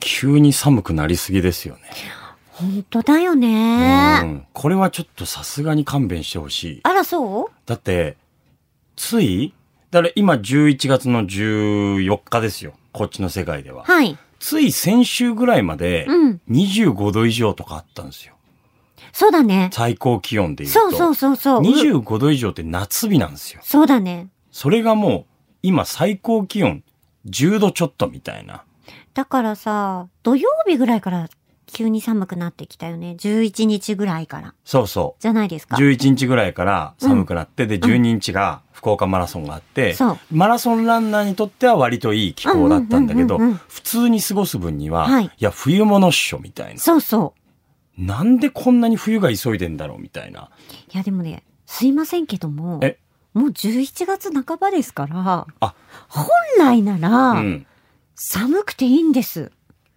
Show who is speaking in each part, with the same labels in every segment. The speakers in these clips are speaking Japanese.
Speaker 1: 急に寒くなりすぎですよね。
Speaker 2: 本当だよ
Speaker 1: う
Speaker 2: ね。
Speaker 1: ん。これはちょっとさすがに勘弁してほしい。
Speaker 2: あら、そう
Speaker 1: だって、つい、だから今11月の14日ですよ。こっちの世界では。
Speaker 2: はい。
Speaker 1: つい先週ぐらいまで
Speaker 2: うん、
Speaker 1: 25度以上とかあったんですよ。
Speaker 2: そうだね。
Speaker 1: 最高気温で言うと。
Speaker 2: そうそうそうそう。う
Speaker 1: 25度以上って夏日なんですよ。
Speaker 2: そうだね。
Speaker 1: それがもう、今最高気温10度ちょっとみたいな。
Speaker 2: だからさ、土曜日ぐらいから急に寒くなってきたよね。11日ぐらいから。
Speaker 1: そうそう。
Speaker 2: じゃないですか。
Speaker 1: 11日ぐらいから寒くなって、で、12日が福岡マラソンがあって、
Speaker 2: そう
Speaker 1: マラソンランナーにとっては割といい気候だったんだけど、
Speaker 2: うんうんうんうんうん
Speaker 1: 普通に過ごす分には、
Speaker 2: はいい、
Speaker 1: や、冬物っしょみたいな。
Speaker 2: そうそ
Speaker 1: なんでこんなに冬が急いでんだろうみたいな。
Speaker 2: う。いや、でもね、すいませんけども
Speaker 1: え、
Speaker 2: もう11月半ばですから、
Speaker 1: あ
Speaker 2: 本来な
Speaker 1: う
Speaker 2: ら、
Speaker 1: ん。
Speaker 2: 寒くていいんです。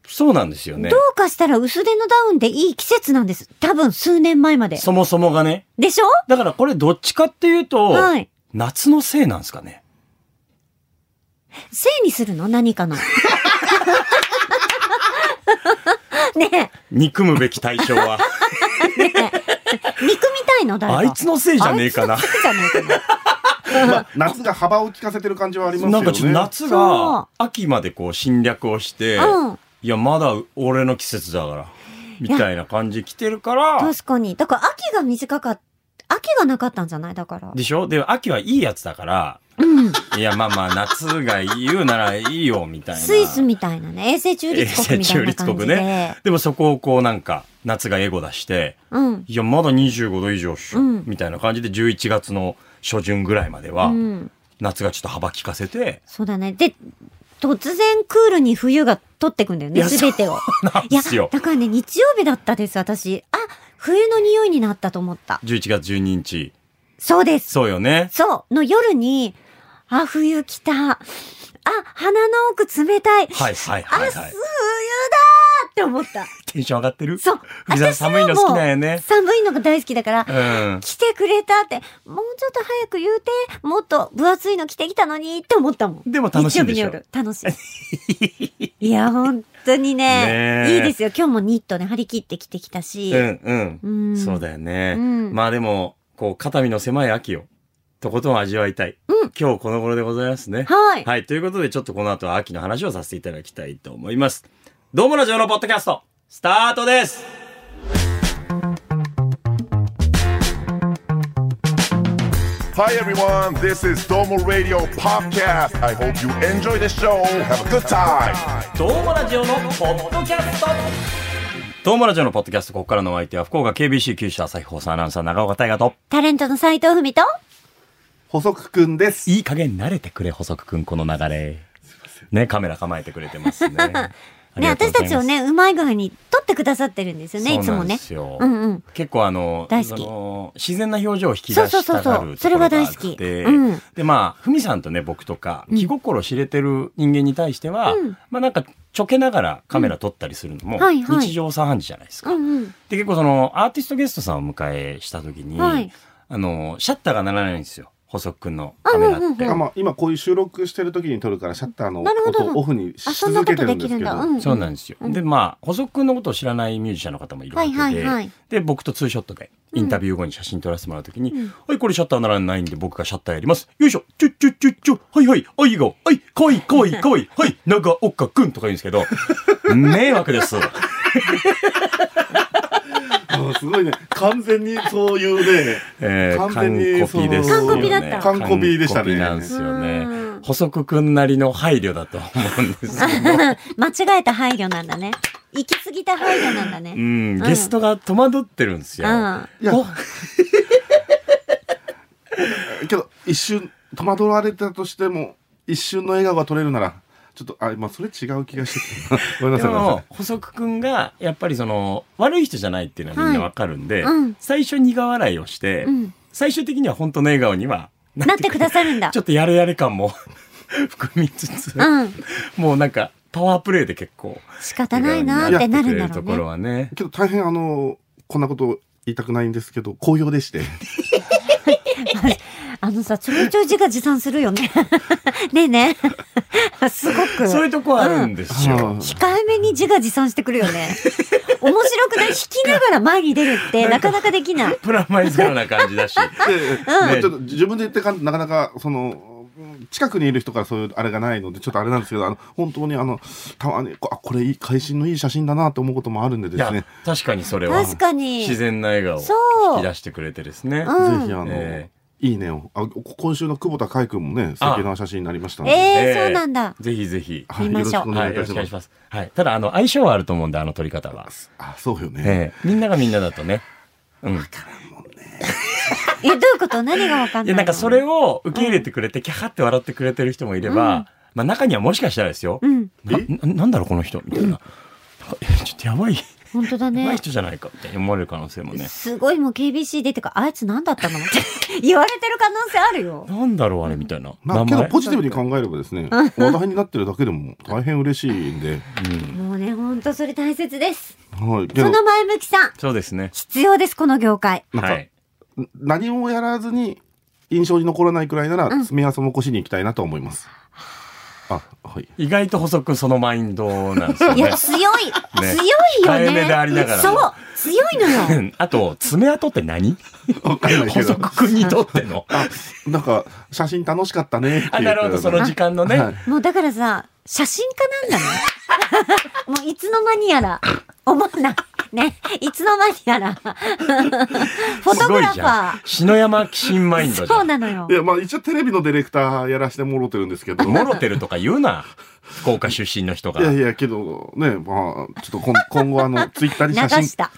Speaker 1: そうなんですよね
Speaker 2: ど。うかしたら薄手のダウンでいい季節なんです。多分数年前まで。
Speaker 1: そもそもがね。
Speaker 2: でしょ
Speaker 1: だからこれどっちかっていうと、
Speaker 2: はい。
Speaker 1: 夏のせいなんですかね。
Speaker 2: せいにするの何かの。 ねえ、ね
Speaker 1: 憎むべき対象 は。
Speaker 2: え、憎みたいの誰か。
Speaker 1: あいつのせいじゃねえかな
Speaker 2: あいつのせいじゃねえかな。
Speaker 3: まあ、夏が幅を利かせてる感じはありますよね。
Speaker 1: なんかちょっと夏
Speaker 2: そう
Speaker 1: が秋までこう侵略をして、
Speaker 2: うん
Speaker 1: いやまだ俺の季節だからみたいな感じ来てるから
Speaker 2: 確かに。だから秋が短かった、秋がなかったんじゃないだから。
Speaker 1: でしょで秋はいいやつだから
Speaker 2: うん。
Speaker 1: いやまあまあ夏が言うならいいよみたいな
Speaker 2: スイスみたいなね。永世中立国みたいな感じで。
Speaker 1: 永世中立国でもそこをこうなんか夏がエゴ出して
Speaker 2: うん。
Speaker 1: いやまだ25度以上っしょ、
Speaker 2: うん
Speaker 1: みたいな感じで11月の初旬ぐらいまでは、
Speaker 2: うん。
Speaker 1: 夏がちょっと幅利かせて
Speaker 2: そうだね。で、突然クールに冬が取ってくんだよ
Speaker 1: い
Speaker 2: ね、
Speaker 1: や
Speaker 2: すべてを。
Speaker 1: なん
Speaker 2: い
Speaker 1: で
Speaker 2: や、
Speaker 1: すよ
Speaker 2: だからね、日曜日だったです、私。あ、冬の匂いになったと思った。
Speaker 1: 11月12日
Speaker 2: そうです。
Speaker 1: そうよね
Speaker 2: そう。の夜に、あ、冬来た。あ、鼻の奥冷たい。
Speaker 1: はいはい
Speaker 2: あ、
Speaker 1: はい
Speaker 2: 冬だ
Speaker 1: はい
Speaker 2: ーって思った。
Speaker 1: テンション上がってる
Speaker 2: そう。
Speaker 1: 藤沢寒いの好きなんやね。
Speaker 2: 寒いのが大好きだから
Speaker 1: う、ん。
Speaker 2: 来てくれたって、もうちょっと早く言うて、もっと分厚いの着てきたのにって思ったもん。
Speaker 1: でも楽しいんでしょ
Speaker 2: 日曜日の夜、楽し い。いや、本当にね
Speaker 1: ねえ
Speaker 2: いいですよ。今日もニットね、張り切って着てきたし。
Speaker 1: うん
Speaker 2: うん。
Speaker 1: そうだよね。
Speaker 2: うん
Speaker 1: まあでも、こう、肩身の狭い秋を、とことん味わいたい。今日この頃でございますね。
Speaker 2: はい。
Speaker 1: はい。ということで、ちょっとこの後は秋の話をさせていただきたいと思います。どうもラジオのポッドキャスト、スタートです
Speaker 3: 夏。Hi everyone, this is Domo Radio Podcast. I hope you enjoy the show. Have a good time.
Speaker 1: どうもラジオのポッドキャストどうもラジオのポッドキャスト、ここからのお相手は、福岡 KBC 九州朝日放送アナウンサー長岡大河と、
Speaker 2: タレントの斎藤文と、
Speaker 3: 細くくんです。
Speaker 1: いい加減慣れてくれ、細くくん、この流れ。ね、カメラ構えてくれてます ね。あり
Speaker 2: ね、
Speaker 1: がとう
Speaker 2: 私
Speaker 1: ござい
Speaker 2: た
Speaker 1: ます
Speaker 2: ちを、ね、うまい具合に撮ってくださってるんですよね、いつ
Speaker 1: そうな
Speaker 2: も
Speaker 1: んで
Speaker 2: ね。
Speaker 1: すよ
Speaker 2: うんうん。
Speaker 1: 結構あの、
Speaker 2: 大好き
Speaker 1: その自然な表情を引き出
Speaker 2: そうそう
Speaker 1: し
Speaker 2: そうそ
Speaker 1: た
Speaker 2: う
Speaker 1: がるところがあって、
Speaker 2: それは大好きうん
Speaker 1: で、まあ、ふみさんとね、僕とか、気心知れてる人間に対しては、
Speaker 2: うん
Speaker 1: まあなんか、ちょけながらカメラ撮ったりするのも、
Speaker 2: うんはいはい
Speaker 1: 日常茶飯事じゃないですか。
Speaker 2: うんうん。
Speaker 1: で、結構その、アーティストゲストさんをお迎えした時に、
Speaker 2: はい
Speaker 1: あの、シャッターがならないんですよ。細くんのカメラって。
Speaker 2: うんうんうんうん
Speaker 3: あまあ、今こういう収録してる時に撮るからシャッターの
Speaker 2: なるほど
Speaker 3: 音をオフに
Speaker 2: あ、
Speaker 3: し
Speaker 2: そんな
Speaker 3: 続
Speaker 2: こと
Speaker 3: けてる
Speaker 2: で
Speaker 3: ん
Speaker 2: き
Speaker 3: です
Speaker 2: るん
Speaker 3: け
Speaker 2: だ。
Speaker 3: ど、
Speaker 2: うん。
Speaker 1: そうなんですよ。
Speaker 2: うん
Speaker 1: で、まあ、細くんのことを知らないミュージシャンの方もいるわけで、
Speaker 2: はいはいはい
Speaker 1: で、僕とツーショットで、インタビュー後に写真撮らせてもらうときに、
Speaker 2: うん
Speaker 1: はい、これシャッターならないんで僕がシャッターやります。よいしょ、ちょちょちょちょ、はいはい、あいが、はい、かわいいかわいいかわいい、はい、長岡くんとか言うんですけど、迷惑です。
Speaker 3: うんすごいね。完全にそういうね、
Speaker 1: えー、
Speaker 3: 完全に
Speaker 1: 完コピですよね。
Speaker 2: 完コピだった
Speaker 3: 完コピでし
Speaker 1: 完
Speaker 3: たね
Speaker 1: コピなんですよ
Speaker 2: う
Speaker 1: ね
Speaker 2: ん。
Speaker 1: 細くくんなりの配慮だと思うんですけど。
Speaker 2: 間違えた配慮なんだね。行き過ぎた配慮なんだ
Speaker 1: う
Speaker 2: ね。
Speaker 1: ん、ゲストが戸惑ってるんですよ。
Speaker 2: うん
Speaker 3: いや
Speaker 1: お
Speaker 3: けど一瞬戸惑われたとしても一瞬の笑顔が取れるならちょっとあまあそれ違う気がしてきた ごめんな
Speaker 1: で
Speaker 3: さいごめんなさ
Speaker 1: も
Speaker 3: い、
Speaker 1: 細くくんが、やっぱりその、悪い人じゃないっていうのはみんなわかるんで、
Speaker 2: はいうん
Speaker 1: 最初苦笑いをして、
Speaker 2: うん
Speaker 1: 最終的には本当の笑顔にはな
Speaker 2: なってくださるんだ
Speaker 1: ちょ。っとやれやれ感も 含みつつ、
Speaker 2: うん。
Speaker 1: もうなんか、パワープレイで結構、
Speaker 2: 仕方ないなーってなるんだ
Speaker 1: やって
Speaker 2: ろ
Speaker 1: くれところ
Speaker 2: うね。
Speaker 1: はね。
Speaker 3: けど大変あのこんなこと言いたくないんですけど好評でして
Speaker 2: あのさ、ちょいちょい自画自賛するよね。 ねえねえ。すごく。
Speaker 1: そういうとこあるんですよ。
Speaker 3: あー
Speaker 2: 控えめに自画自賛してくるよね。面白くない引きながら前に出るってなかなかできない。
Speaker 1: プラマイゼロな感じだし。
Speaker 3: で
Speaker 1: うん
Speaker 3: ちょっと自分で言ってかんなかなかそのうん近くにいる人からそういうあれがないのでちょっとあれなんですけどあの本当にあのたまにこあこれいい会心のいい写真だなと思うこともあるんで
Speaker 1: い
Speaker 3: です
Speaker 1: や
Speaker 3: ね、
Speaker 1: 確かにそれは。
Speaker 2: 確かに。
Speaker 1: 自然な笑顔を
Speaker 2: そう
Speaker 1: 引き出してくれてですね。
Speaker 2: うん
Speaker 3: ぜひあの、
Speaker 1: え
Speaker 3: いいねをあこ今週の久保田海君もね素敵な写真になりましたので、
Speaker 1: え
Speaker 2: えー、
Speaker 1: ー
Speaker 2: そうなんだ。
Speaker 1: ぜひぜひ。
Speaker 3: はい、
Speaker 2: 見ま
Speaker 3: よろ
Speaker 2: し
Speaker 3: し
Speaker 2: ょ
Speaker 3: く
Speaker 2: う
Speaker 3: お
Speaker 1: は
Speaker 3: 願い
Speaker 1: い、
Speaker 3: い
Speaker 1: よろし
Speaker 3: た
Speaker 1: く
Speaker 3: し
Speaker 1: お願
Speaker 3: ま
Speaker 1: い
Speaker 3: す
Speaker 1: し。ます。はい。ただ、あの、相性はあると思うんで、あの撮り方は。
Speaker 3: あそうよね、
Speaker 1: ええみんながみんなだとね。うん。
Speaker 2: え、どういうこと何がわ
Speaker 1: い
Speaker 2: かんない
Speaker 1: や、
Speaker 2: の
Speaker 1: なんかそれを受け入れてくれて、キャハって笑ってくれてる人もいれば、
Speaker 2: うん
Speaker 1: まあ中にはもしかしたらですよ。
Speaker 2: うん。
Speaker 1: な
Speaker 3: え
Speaker 1: ななんだろう、この人。みたいな。なんかえちょっとやばい、
Speaker 2: 本当だ
Speaker 1: やばい
Speaker 2: ね。
Speaker 1: 人じゃないかって思われる可能性もね。
Speaker 2: すごいもう KBC 出てか、あいつ何だったのって 言われてる可能性あるよ。
Speaker 1: なんだろう、あれみたいな。
Speaker 3: まあ、
Speaker 1: 名
Speaker 3: けど
Speaker 1: 前
Speaker 3: ポジティブに考えればですね話題になってるだけでも大変嬉しいんで、
Speaker 2: もうね、ほんとそれ大切です。
Speaker 3: はい、け
Speaker 2: そ
Speaker 3: ど
Speaker 2: の前向きさん、
Speaker 1: そうですね。
Speaker 2: 必要です、この業界。
Speaker 3: なんか
Speaker 1: はい。
Speaker 3: 何もやらずに印象に残らないくらいなら
Speaker 2: うん
Speaker 3: 爪痕も残しに行きたいなと思います。あはい
Speaker 1: 意外と補足そのマインドなんですよ
Speaker 2: い
Speaker 1: ね
Speaker 2: や、。強い、
Speaker 1: ね
Speaker 2: 強いよ
Speaker 1: 控えめ
Speaker 2: ね。
Speaker 1: でありながら
Speaker 2: そ
Speaker 1: も
Speaker 2: う、強いのよ。
Speaker 1: あと、爪痕って何
Speaker 3: わかんない
Speaker 1: 補
Speaker 3: けど
Speaker 1: 足君にとっての。
Speaker 3: あなんか写真楽しかったねっていう
Speaker 1: あ、なるほど、その時間の
Speaker 3: は
Speaker 1: ね
Speaker 3: い。
Speaker 2: もうだからさ、写真家なんだね。 もういつの間にやら、思うな。ね。いつの間にやら。フォト
Speaker 1: すご
Speaker 2: グ
Speaker 1: い
Speaker 2: ラフ
Speaker 1: じゃ
Speaker 2: ァ
Speaker 1: ん。篠山紀信マイン
Speaker 2: ー。
Speaker 1: ドじ
Speaker 2: そ
Speaker 1: ゃ。
Speaker 2: うんなのよ
Speaker 3: い。やまあ一応テレビのディレクターやらしてもろてるんですけど
Speaker 1: モロテルとか言うな。福岡出身の人が
Speaker 3: い。やいやけどねまあちょっと今今後 あのツイッター
Speaker 2: 流
Speaker 3: に写真
Speaker 2: した。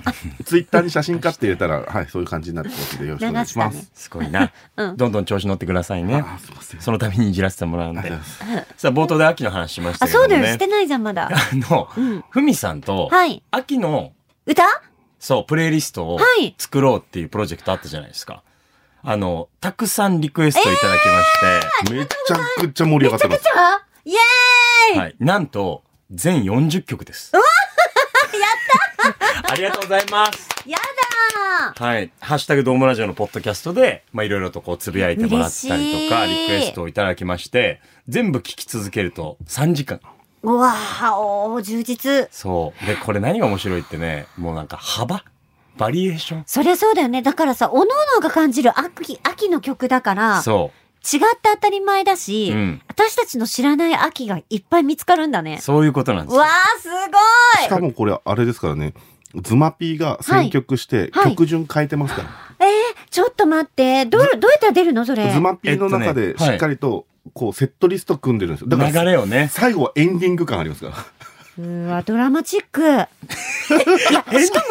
Speaker 3: ツイッターに写真家って入れたらはいそういう感じになってますんでよろしくお願いしま
Speaker 2: 流し
Speaker 3: す。
Speaker 1: すごいな。
Speaker 2: うん
Speaker 1: どんどん調子乗ってくださいね。
Speaker 3: あすいません。
Speaker 1: そのためにいじらせてもらうん
Speaker 3: あり
Speaker 1: で
Speaker 3: がとうござい。ます
Speaker 1: さあ、冒頭で秋の話しました
Speaker 2: あ、
Speaker 1: けど
Speaker 2: そうだ
Speaker 1: も
Speaker 2: よ。し
Speaker 1: ね
Speaker 2: て。ないじゃん、まだ。
Speaker 1: あの
Speaker 2: うん、
Speaker 1: ふみさんと、
Speaker 2: はい。
Speaker 1: 秋の、
Speaker 2: 歌
Speaker 1: そう、プレイリストを
Speaker 2: はい
Speaker 1: 作ろうっていうプロジェクトあったじゃないですか。あの、たくさんリクエストいただきまして、
Speaker 3: めちゃくちゃ盛り上がってます。
Speaker 2: あイエーイ
Speaker 1: はい。なんと、全40曲です。やった ありがとうございます。
Speaker 2: やだー
Speaker 1: はい。ハッシュタグドームラジオのポッドキャストで、まあ、いろいろとこう、つぶやいてもらったりとか、
Speaker 2: 嬉し
Speaker 1: リ
Speaker 2: い
Speaker 1: クエストをいただきまして、全部聞き続けると3時間。
Speaker 2: うわー、おー、充実。
Speaker 1: そう。で、これ何が面白いってね、もうなんか幅バリエーション
Speaker 2: そりゃそうだよね。だからさ、おのおのが感じる秋、秋の曲だから、違っ
Speaker 1: そ
Speaker 2: て当たり前だし、
Speaker 1: う。うん。
Speaker 2: 私たちの知らない秋がいっぱい見つかるんだね。
Speaker 1: そういうことなんですよ
Speaker 2: わあ、すご
Speaker 3: しかもこれあれですからね。ズマピーが選曲し
Speaker 2: は
Speaker 3: て
Speaker 2: いはい
Speaker 3: 曲順変えてますから。
Speaker 2: いちょっと待って、どう、どうやったら出るのそれ。
Speaker 3: ズマピーの中
Speaker 1: えっ
Speaker 3: で
Speaker 1: と
Speaker 3: し
Speaker 1: ね
Speaker 3: っかりとこうセットリスト組んでるんですよ。だか
Speaker 1: 流
Speaker 3: ら
Speaker 1: れをね。
Speaker 3: 最後はエンディング感ありますから。
Speaker 2: うわ、ドラマチック。いや、しかもさ、聞いてる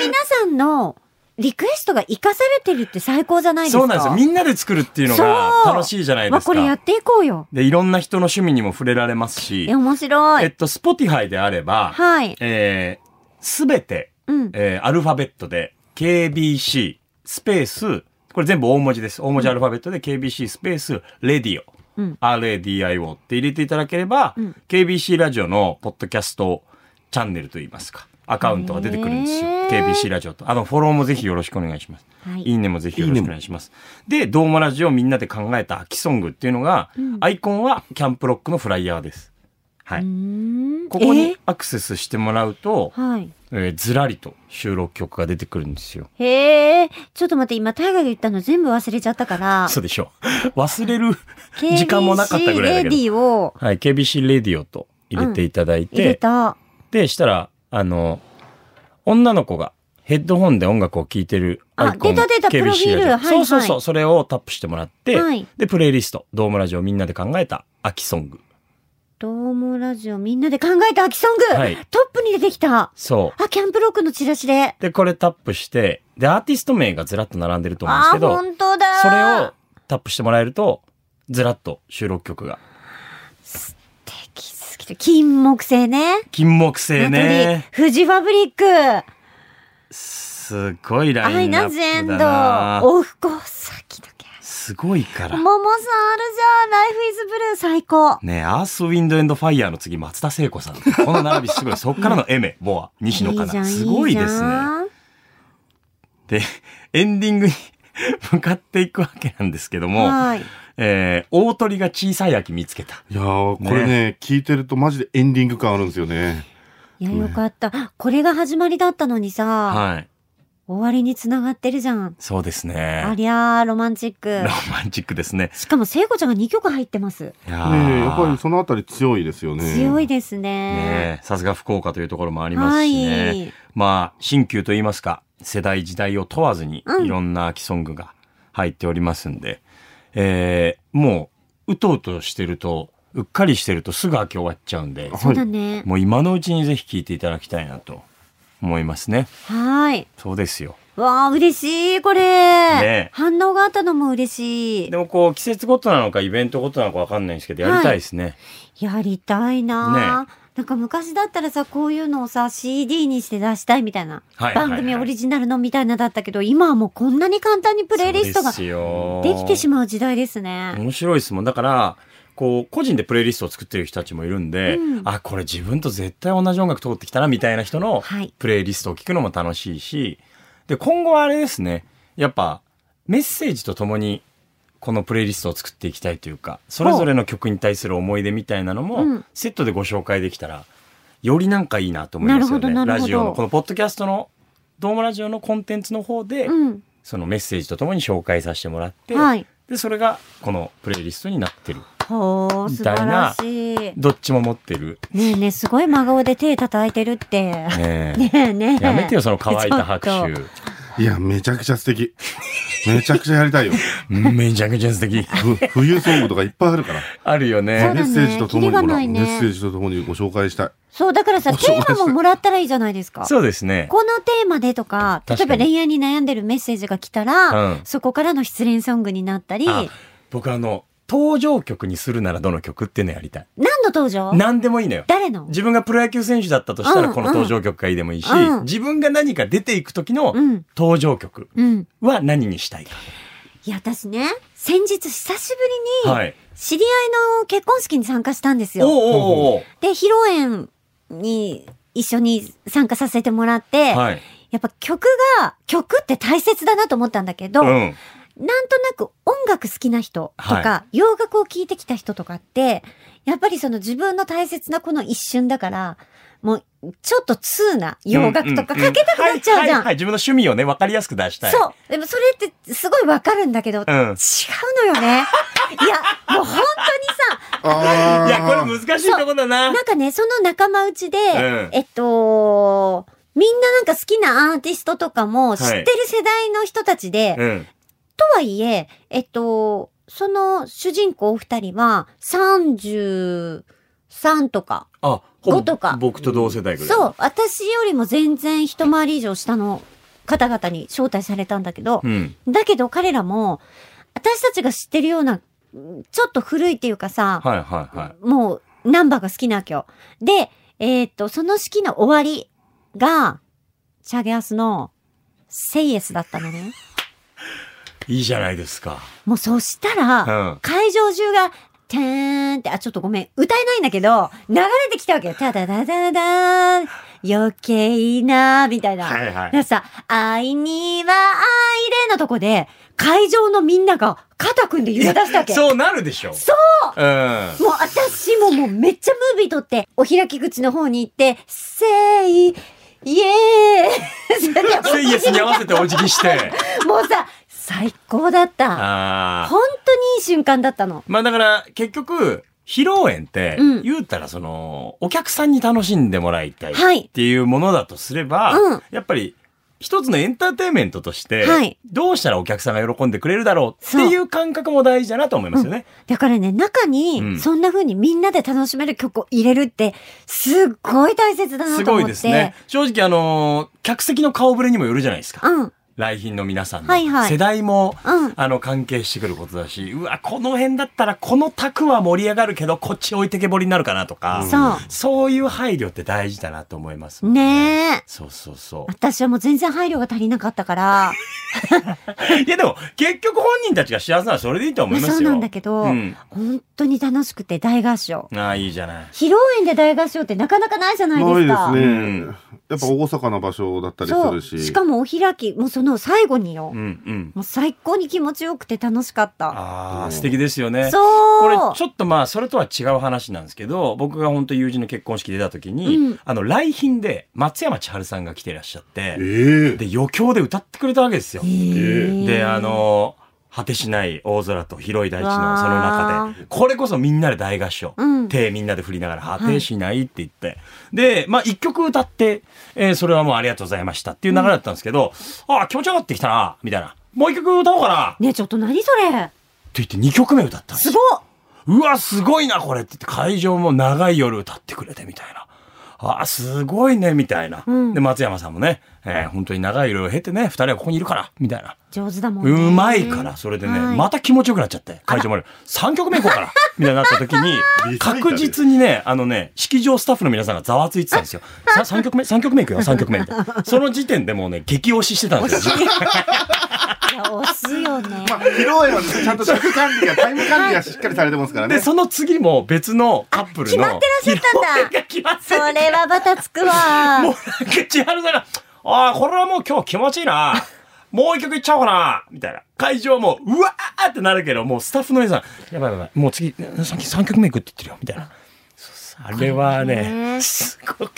Speaker 2: 皆さんのリクエストが活かされてるって最高じゃないですか。
Speaker 1: そうなんですよ。みんなで作るっていうのが
Speaker 2: そう
Speaker 1: 楽しいじゃないで
Speaker 2: わ、
Speaker 1: すか。
Speaker 2: これやっていこうよ。
Speaker 1: で、いろんな人の趣味にも触れられますし
Speaker 2: え、、面白
Speaker 1: えっ
Speaker 2: い。
Speaker 1: と、Spotify であれば、
Speaker 2: はい。
Speaker 1: えすべて、
Speaker 2: うん。
Speaker 1: えーアルファベットで、KBC、スペース、これ全部大文字です。大文字アルファベットで、KBC、スペース、レディオ、
Speaker 2: うん。
Speaker 1: RADIO って入れていただければ、
Speaker 2: うん
Speaker 1: KBC ラジオのポッドキャストチャンネルといいますか、アカウントが出てくるんですよ。
Speaker 2: へー
Speaker 1: KBC ラジオと。あの、フォローもぜひよろしくお願いします。
Speaker 2: はい。
Speaker 1: いいねもぜひよろしくお願いします。で、ドーマラジオみんなで考えた秋ソングっていうのが、
Speaker 2: うん
Speaker 1: アイコンはキャンプロックのフライヤーです。は
Speaker 2: う
Speaker 1: い。
Speaker 2: ーん
Speaker 1: ここ
Speaker 2: え
Speaker 1: にアクセスしてもらうと、
Speaker 2: はい。
Speaker 1: えーずらりと収録曲が出てくるんですよ。
Speaker 2: へえ、ちょっと待って、今、タイガーが言ったの全部忘れちゃったから、
Speaker 1: そうでしょう。 忘れる時間もなかったぐらいだけど
Speaker 2: KBC レデ。ィを
Speaker 1: はい。KBC レディオと入れていただい
Speaker 2: 入れ
Speaker 1: て、
Speaker 2: た。
Speaker 1: で、したら、あの、女の子がヘッドホンで音楽を聴いてるアイコン
Speaker 2: あ出た出た
Speaker 1: KBC
Speaker 2: プロフィール
Speaker 1: ラジオ
Speaker 2: はいはい
Speaker 1: そうそうそう。それをタップしてもらって、
Speaker 2: はい。
Speaker 1: で、プレイリスト、ドームラジオみんなで考えた秋ソング。
Speaker 2: どうもラジオみんなで考えた秋ソング、
Speaker 1: はい
Speaker 2: トップに出てきた
Speaker 1: そ
Speaker 2: あ、キャンプロックのチラシで。
Speaker 1: う。で、これタップして、で、アーティスト名がずらっと並んでると思うんです
Speaker 2: ああ
Speaker 1: け
Speaker 2: ー、
Speaker 1: ど、
Speaker 2: 本当だ
Speaker 1: それをタップしてもらえると、ずらっと収録曲が。
Speaker 2: 敵すぎる。金木犀ね。
Speaker 1: 金木犀ね。
Speaker 2: フジファブリック。
Speaker 1: すごいラ
Speaker 2: ア
Speaker 1: イ
Speaker 2: イ
Speaker 1: ンナ
Speaker 2: ナ
Speaker 1: ッ
Speaker 2: ズエン
Speaker 1: プ
Speaker 2: ド
Speaker 1: だ。な。
Speaker 2: オフコサキだけ。
Speaker 1: すごいから。
Speaker 2: モモさんあるじゃん。ライフイズブルー最高。
Speaker 1: ねえアース、ウィンド、エンド、ファイヤーの次、松田聖子さん。この並びすごい。そっからのエメ、ボア、西野
Speaker 2: い
Speaker 1: か
Speaker 2: いじ
Speaker 1: な。
Speaker 2: ゃん、
Speaker 1: すごいです
Speaker 2: じ
Speaker 1: ね。
Speaker 2: ゃん
Speaker 1: で、エンディングに向かっていくわけなんですけども、
Speaker 2: はい。
Speaker 1: えー大鳥が小さい秋見つけた。
Speaker 3: いやー、これね聞いてるとマジでエンディング感あるんですよね。
Speaker 2: いや、よかった。これが始まりだったのにさ、
Speaker 1: はい。
Speaker 2: 終わりに繋がってるじゃん。
Speaker 1: そうです
Speaker 2: あ
Speaker 1: ね。
Speaker 2: りゃー、ロマンチック
Speaker 1: ロ。マンチックですね。
Speaker 2: しかも、聖子ちゃんが2曲入ってます。
Speaker 1: いやー
Speaker 3: ねえやっぱりそのあたり強いですよね。
Speaker 2: 強いです
Speaker 1: ね
Speaker 2: ね。
Speaker 1: えさすが福岡というところもあります
Speaker 2: は
Speaker 1: しね。
Speaker 2: い。
Speaker 1: まあ、新旧といいますか、世代時代を問わずに
Speaker 2: う、ん
Speaker 1: いろんな秋ソングが入っておりますんで、えーもう、うとうとしてると、うっかりしてるとすぐ秋終わっちゃうんで、
Speaker 2: そうだね。
Speaker 1: もう今のうちにぜひ聴いていただきたいなと思いますね。
Speaker 2: はい。
Speaker 1: そうですよ。
Speaker 2: わあ、嬉しい、こ
Speaker 1: ねえ
Speaker 2: れ。反応があったのも嬉しい
Speaker 1: で。もこう、季節ごとなのかイベントごとなのかわかんないんですけど、やりたいですね。
Speaker 2: やりたいなあ。なんか昔だったらさ、こういうのをさ、CD にして出したいみたいな。
Speaker 1: はい
Speaker 2: 番組オリジナルのみたいなだったけど、今はもうこんなに簡単にプレイリストが
Speaker 1: そうで
Speaker 2: できてし
Speaker 1: ま
Speaker 2: まう時代ですね。
Speaker 1: 面白いですもん。だから、こう、個人でプレイリストを作ってる人たちもいるんで、
Speaker 2: うん
Speaker 1: あ、これ自分と絶対同じ音楽通ってきたな、みたいな人の
Speaker 2: はい。
Speaker 1: プレイリストを聞くのも楽しいし、で、今後はあれですね、やっぱ、メッセージとともに、このプレイリストを作っていきたいというか、それぞれの曲に対する思い出みたいなの
Speaker 2: う
Speaker 1: も
Speaker 2: ん、
Speaker 1: セットでご紹介できたら、よりなんかいいなと思いますよ
Speaker 2: なるほど
Speaker 1: ね。
Speaker 2: なるほど
Speaker 1: ラジオの、このポッドキャストの、ドームラジオのコンテンツの方で、
Speaker 2: うん。
Speaker 1: そのメッセージとともに紹介させてもらって、
Speaker 2: はい。
Speaker 1: で、それがこのプレイリストになってる。
Speaker 2: ほう、素晴らしい。ね
Speaker 1: どっちも持ってる。
Speaker 2: えねえ、すごい真顔で手叩いてる って。
Speaker 1: ねえ
Speaker 2: ねえねえ。
Speaker 1: やめてよ、その乾いた拍
Speaker 2: ちょっ
Speaker 1: 手
Speaker 2: と。
Speaker 3: いや、めちゃくちゃ素敵。めちゃくちゃやりたいよ。
Speaker 1: めちゃくちゃ素 敵。
Speaker 3: ふ冬ソングとかいっぱいあるから。
Speaker 1: あるよ
Speaker 2: そう
Speaker 1: ね。
Speaker 2: だね
Speaker 3: メッセージととも
Speaker 2: キ
Speaker 3: に、
Speaker 2: リが
Speaker 3: ほら、
Speaker 2: ない
Speaker 3: メ
Speaker 2: ね
Speaker 3: ッセージとともにご紹介したい。
Speaker 2: そう、だか らさ、
Speaker 3: ご
Speaker 2: テ
Speaker 3: 紹介
Speaker 2: ーマももらったらいいじゃないですか。
Speaker 1: そうですね。
Speaker 2: このテーマでとか、例え
Speaker 1: 確か
Speaker 2: ば
Speaker 1: に
Speaker 2: 恋愛に悩んでるメッセージが来たら、
Speaker 1: うん
Speaker 2: そこからの失恋ソングになったり、
Speaker 1: あ
Speaker 2: 何
Speaker 1: 僕あの、登場曲にするならどの曲っていうのやりたい。
Speaker 2: の登場
Speaker 1: 何でもいいのよ。
Speaker 2: 誰の
Speaker 1: 自分がプロ野球選手だったとした
Speaker 2: う
Speaker 1: ら
Speaker 2: ん
Speaker 1: この登場曲がいいでもいいし
Speaker 2: うん、
Speaker 1: 自分が何か出ていく時の
Speaker 2: うん。
Speaker 1: 登場曲
Speaker 2: うん。
Speaker 1: は何にしたいか。
Speaker 2: いや、私ね、先日久しぶりに、
Speaker 1: はい。
Speaker 2: 知り合いの結婚式に参加したんです
Speaker 1: おう
Speaker 2: よ。
Speaker 1: おうおう
Speaker 2: で、披露宴に一緒に参加させてもらって、
Speaker 1: はい。
Speaker 2: やっぱ曲が、曲って大切だなと思ったんだけど、
Speaker 1: うん。
Speaker 2: なんとなく音楽好きな人とか、
Speaker 1: は
Speaker 2: 洋楽を聴いてきた人とかって、やっぱりその自分の大切なこの一瞬だから、もうちょっと通な洋楽とか
Speaker 1: うんうん
Speaker 2: かけたくなっちゃう
Speaker 1: はいはい
Speaker 2: じゃ
Speaker 1: はい
Speaker 2: ん。
Speaker 1: 自分の趣味をね、分かりやすく出したい。
Speaker 2: そう。でもそれってすごいわかるんだけど、
Speaker 1: う
Speaker 2: 違う
Speaker 1: ん。
Speaker 2: のよね。いや、もう本当にさ、
Speaker 3: あ
Speaker 1: いや、これ難しいとこだな。
Speaker 2: なんかね、その仲間内で、
Speaker 1: ん
Speaker 2: えっと、みんななんか好きなアーティストとかも知ってる世代の人たちで、
Speaker 1: うん。
Speaker 2: とはいえ、えっと、その主人公お二人は33とか、
Speaker 1: あ、ほぼ
Speaker 2: 5とか
Speaker 1: 僕と同世代ぐらい。
Speaker 2: そう、私よりも全然一回り以上下の方々に招待されたんだけど、
Speaker 1: うん。
Speaker 2: だけど彼らも、私たちが知ってるような、うんちょっと古いっていうかさ、
Speaker 1: はいはいはい。
Speaker 2: もうナンバーが好きなわけよ。で、えっと、その式の終わりが、チャゲアスの、セイエスだったのね。
Speaker 1: いいじゃないですか。
Speaker 2: もうそしたら、
Speaker 1: うん。
Speaker 2: 会場中が、てーんって、あ、ちょっとごめん、歌えないんだけど、流れてきたわけよ。ただだだだーん、余計なー、みたいな。
Speaker 1: は
Speaker 2: だ
Speaker 1: いは
Speaker 2: から
Speaker 1: い。
Speaker 2: さ、愛には愛でのとこで、会場のみんなが肩組んで揺れ出したわけ。
Speaker 1: そうなるでしょ。
Speaker 2: そう
Speaker 1: うん。
Speaker 2: もう私ももうめっちゃムービー撮って、お開き口の方に行って、せい、イエ ーイ
Speaker 1: セイエスに合わせてお辞儀 して。
Speaker 2: もうさ、最高だった。
Speaker 1: ああ。
Speaker 2: 本当にいい瞬間だったの。
Speaker 1: まあだから、結局、披露宴って
Speaker 2: う、ん
Speaker 1: 言うたらその、お客さんに楽しんでもらいたいっ
Speaker 2: はい。
Speaker 1: ていうものだとすれば
Speaker 2: うん、
Speaker 1: やっぱり、一つのエンターテインメントとして
Speaker 2: はい、
Speaker 1: どうしたらお客さんが喜んでくれるだろうっていう感覚も大事だなと思いますよね。
Speaker 2: だからね、中
Speaker 1: う
Speaker 2: に、
Speaker 1: ん
Speaker 2: そんな風にみんなで楽しめる曲を入れるって、すっごい大切だな
Speaker 1: す
Speaker 2: と思って。
Speaker 1: ごいですね。。正直あのー、客席の顔ぶれにもよるじゃないですか。
Speaker 2: うん、うん。
Speaker 1: 来賓の皆さんの。
Speaker 2: はいはい
Speaker 1: 世代も、
Speaker 2: あ
Speaker 1: あの、関係してくることだし、うわ、この辺だったらこの卓は盛り上がるけど、こっち置いてけぼりになるかなとか、
Speaker 2: そう
Speaker 1: そういう配慮って大事だなと思います。
Speaker 2: ねえね。
Speaker 1: そうそうそ
Speaker 2: 私はもう全然配慮が足りなかったから、
Speaker 1: う。いやでも、結局本人たちが幸せならそれでいいと思いますよ。
Speaker 2: そうなんだけど、
Speaker 1: うん
Speaker 2: 本当に楽しくて大合唱。
Speaker 1: ああ、いいじゃない。
Speaker 2: 披露宴で大合唱ってなかなかないじゃない
Speaker 3: ない
Speaker 2: です
Speaker 3: で
Speaker 2: か。
Speaker 3: すね、
Speaker 1: うん
Speaker 3: やっぱ大阪な場所だったり
Speaker 2: そう。
Speaker 3: するし
Speaker 2: しかもお開き、もうその最後によ、
Speaker 1: うんうん。
Speaker 2: もう最高に気持ちよくて楽しかった。
Speaker 1: あ
Speaker 3: う
Speaker 1: あ、
Speaker 3: ん
Speaker 1: 素敵ですよね。これ
Speaker 2: そう
Speaker 1: ちょっとまあそれとは違う話なんですけど僕が本当友人の結婚式出た時に、
Speaker 2: うん
Speaker 1: あの来賓で松山千春さんが来てらっしゃって
Speaker 3: ええ
Speaker 1: で余興で歌ってくれたわけですよ
Speaker 2: へ。ー
Speaker 1: であの果てしない大空と広い大地
Speaker 2: わ
Speaker 1: の
Speaker 2: ー
Speaker 1: その中でこれこそみんなで大合唱、
Speaker 2: うん
Speaker 1: 手みんなで振りながら「果てしない」って言って、でまあ一曲歌って、えーそれはもうありがとうございましたっていう流れだったんですけど、ああ気持ちよくなってきたなみたいなもう一曲歌おうかなって
Speaker 2: ねえちょっと何それ
Speaker 1: 言って2曲目歌ったんですよ
Speaker 2: すごっ
Speaker 1: うわ、すごいな、これって言って、会場も長い夜歌ってくれてみたいな。あ、すごいね、みたいな。
Speaker 2: うん
Speaker 1: で、松山さんもね、えー本当に長い夜を経てね、二人はここにいるから、みたいな。
Speaker 2: 上手だもんね。
Speaker 1: うまいから、それでね、
Speaker 2: はい
Speaker 1: また気持ちよくなっちゃって、会場まで、3曲目行こうか な、みたいになった時に、
Speaker 3: リサイタル
Speaker 1: 確実にね、あのね、式場スタッフの皆さんがざわついてたんですよ。 さ3曲目 ?3 曲目行くよ、3曲目。みたいな。その時点でもうね、激推ししてたん ですよ。
Speaker 2: いや、惜しいよね。
Speaker 3: まあ披露宴はねちゃんと尺管理がタイム管理がしっかりされてますからね
Speaker 1: で、その次も別のカップルの。
Speaker 2: 決まってらっしゃっ た
Speaker 1: 披露
Speaker 2: んだ
Speaker 1: 宴が決まって
Speaker 2: それはバタつくわ
Speaker 1: もう。なんか千春さんが、ああ、これはもう今日気持ちいいな。もう一曲いっちゃおうかな。みたいな。会場もう、うわーってなるけど、もうスタッフの皆さん、やばいやばい、もう次、さっき3曲目いくって言ってるよ。みたいな。そうあれは
Speaker 2: これ
Speaker 1: ね、
Speaker 2: ね
Speaker 1: すごく。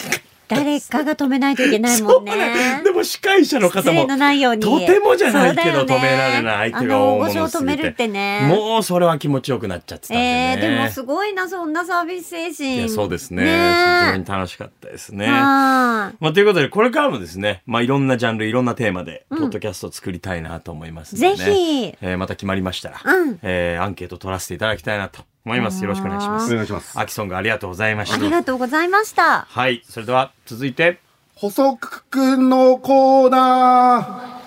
Speaker 2: 誰かが止めないといけない
Speaker 1: そ
Speaker 2: も
Speaker 1: うんね
Speaker 2: ね。。
Speaker 1: でも司会者の方
Speaker 2: 失
Speaker 1: も
Speaker 2: 礼、のないように。
Speaker 1: とてもじゃないけど
Speaker 2: そう
Speaker 1: 止
Speaker 2: だよね
Speaker 1: められない相手が
Speaker 2: あの
Speaker 1: 大
Speaker 2: 大御所
Speaker 1: 物
Speaker 2: を
Speaker 1: す
Speaker 2: 止
Speaker 1: ぎて
Speaker 2: めるってね。
Speaker 1: もうそれは気持ちよくなっちゃってたんでね。
Speaker 2: えー、でもすごいな、そんなサービス精神。
Speaker 1: いや、そうですね。
Speaker 2: ね
Speaker 1: 非常
Speaker 2: え
Speaker 1: に楽しかったですね。
Speaker 2: はーい
Speaker 1: まあ、ということで、これからもですね、まあ、いろんなジャンル、いろんなテーマで、ポ
Speaker 2: うん
Speaker 1: ッドキャストを作りたいなと思いますので、ね
Speaker 2: ぜ。ひ。
Speaker 1: えーまた決まりましたら、
Speaker 2: うん
Speaker 1: えーアンケート取らせていただきたいなと思います。よろしくお願いしま
Speaker 3: お
Speaker 1: す。
Speaker 3: 願いします
Speaker 1: アキソンがありがとうございま
Speaker 2: あ
Speaker 1: し
Speaker 2: り
Speaker 1: た。
Speaker 2: がとうございました。
Speaker 1: はい。それでは、続いて、
Speaker 3: 細くくんのコーナ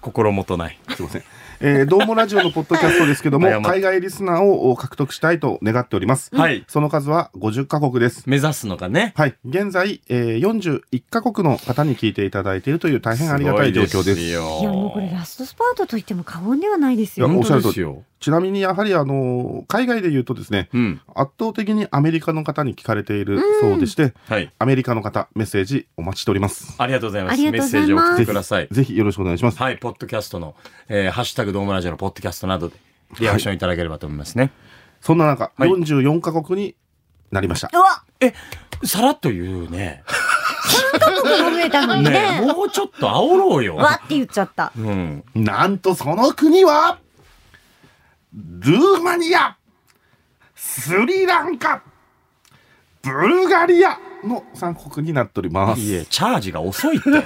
Speaker 1: 心もとない。
Speaker 3: ーすいませんえー、どうもラジオのポッドキャストですけども
Speaker 1: 謝った
Speaker 3: 海外リスナーを獲得したいと願っております、
Speaker 1: はい
Speaker 3: その数は50カ国です
Speaker 1: 目指すのがね、
Speaker 3: はい。現在、えー、41カ国の方に聞いていただいているという大変ありがたい状況です。
Speaker 1: ごいよ
Speaker 2: いや、もうこれラストスパートと言っても過言ではないです
Speaker 1: いや
Speaker 2: よ。
Speaker 3: も
Speaker 1: 本
Speaker 3: おっし
Speaker 1: 当
Speaker 3: ゃ
Speaker 1: で
Speaker 3: る通り
Speaker 1: すよ。
Speaker 3: ちなみに、やはり、あのー海外で言うとですね、
Speaker 1: うん。
Speaker 3: 圧倒的にアメリカの方に聞かれているそうでして、
Speaker 1: はい。
Speaker 3: アメリカの方、メッセージお待ちしております。
Speaker 1: ありがとうございま
Speaker 2: あ
Speaker 1: す。
Speaker 2: りが
Speaker 1: メ
Speaker 2: とう
Speaker 1: ッ
Speaker 2: ござ
Speaker 1: セー
Speaker 2: い
Speaker 1: ジを
Speaker 2: ます
Speaker 1: 送ってください。
Speaker 3: ぜひよろしくお願いします。
Speaker 1: はい。ポッドキャストの、えーハッシュタグドームラジオのポッドキャストなどで、リアクションいただければと思いますね。
Speaker 3: そんな中、
Speaker 1: はい
Speaker 3: 44カ国になりました。
Speaker 2: うわ
Speaker 1: え、さらっと言うね。
Speaker 2: 僕も増えたのに
Speaker 1: ね
Speaker 2: ね。
Speaker 1: もうちょっと煽ろうよ。
Speaker 2: わって言っちゃった。
Speaker 1: うん。
Speaker 3: なんとその国は、ルーマニア、スリランカ、ブルガリアの3国になっております。
Speaker 1: いえ、チャージが遅いって。
Speaker 2: こういう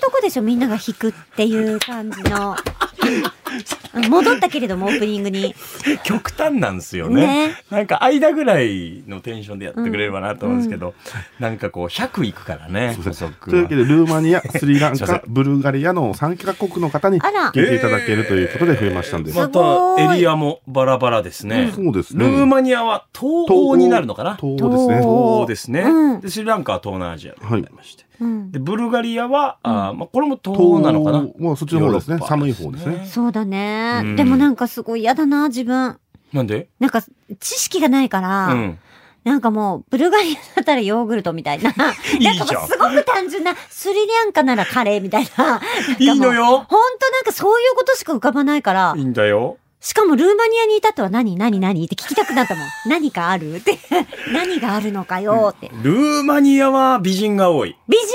Speaker 2: とこでしょ、みんなが弾くっていう感じの。 うん戻ったけれども、オープニングに。
Speaker 1: 極端なんですよね
Speaker 2: ね
Speaker 1: なんか間ぐらいのテンションでやってくれればなと思うんですけど、なんかこう100いくからね、補足
Speaker 3: というわけ
Speaker 1: は。
Speaker 3: で、ルーマ ニア、スリラン
Speaker 1: すいま
Speaker 3: カ、ブルガリアの3カ国の方に
Speaker 2: あら
Speaker 3: 聞いていただけるということで増えましたんで。
Speaker 2: えー
Speaker 1: ます
Speaker 2: ご
Speaker 1: た
Speaker 2: い
Speaker 1: エリアもバラバラですね。
Speaker 3: そうですね
Speaker 1: ルーマニアは東欧になるのかな東
Speaker 3: 東欧ですね。
Speaker 2: 東欧
Speaker 1: 欧ですね、
Speaker 2: うん
Speaker 1: で。スリランカは東南アジアでございまして。
Speaker 2: うん
Speaker 1: で、ブルガリアは、あーまあ、これも東
Speaker 3: 東
Speaker 1: 欧
Speaker 3: 欧
Speaker 1: なのかな
Speaker 3: まあそっちの方ですね
Speaker 1: ヨーロッパ
Speaker 3: 寒い方ですね
Speaker 2: そうだね、
Speaker 1: うん
Speaker 2: でもなんかすごい嫌だな、自分。
Speaker 1: なんで
Speaker 2: なんか、知識がないから、
Speaker 1: うん。
Speaker 2: なんかもう、ブルガリアだったらヨーグルトみたいな。
Speaker 1: いいじゃ
Speaker 2: なんんかもうすごく単純な、スリランカならカレーみたい な。
Speaker 1: いいのよ
Speaker 2: ほんとなんかそういうことしか浮かばないから
Speaker 1: いい、んだよ。
Speaker 2: しかもルーマニアにいたとは何何何って聞きたくなったもん。 何かあるって。 何があるのかよって。
Speaker 1: ルーマニアは美人が多い。
Speaker 2: 美人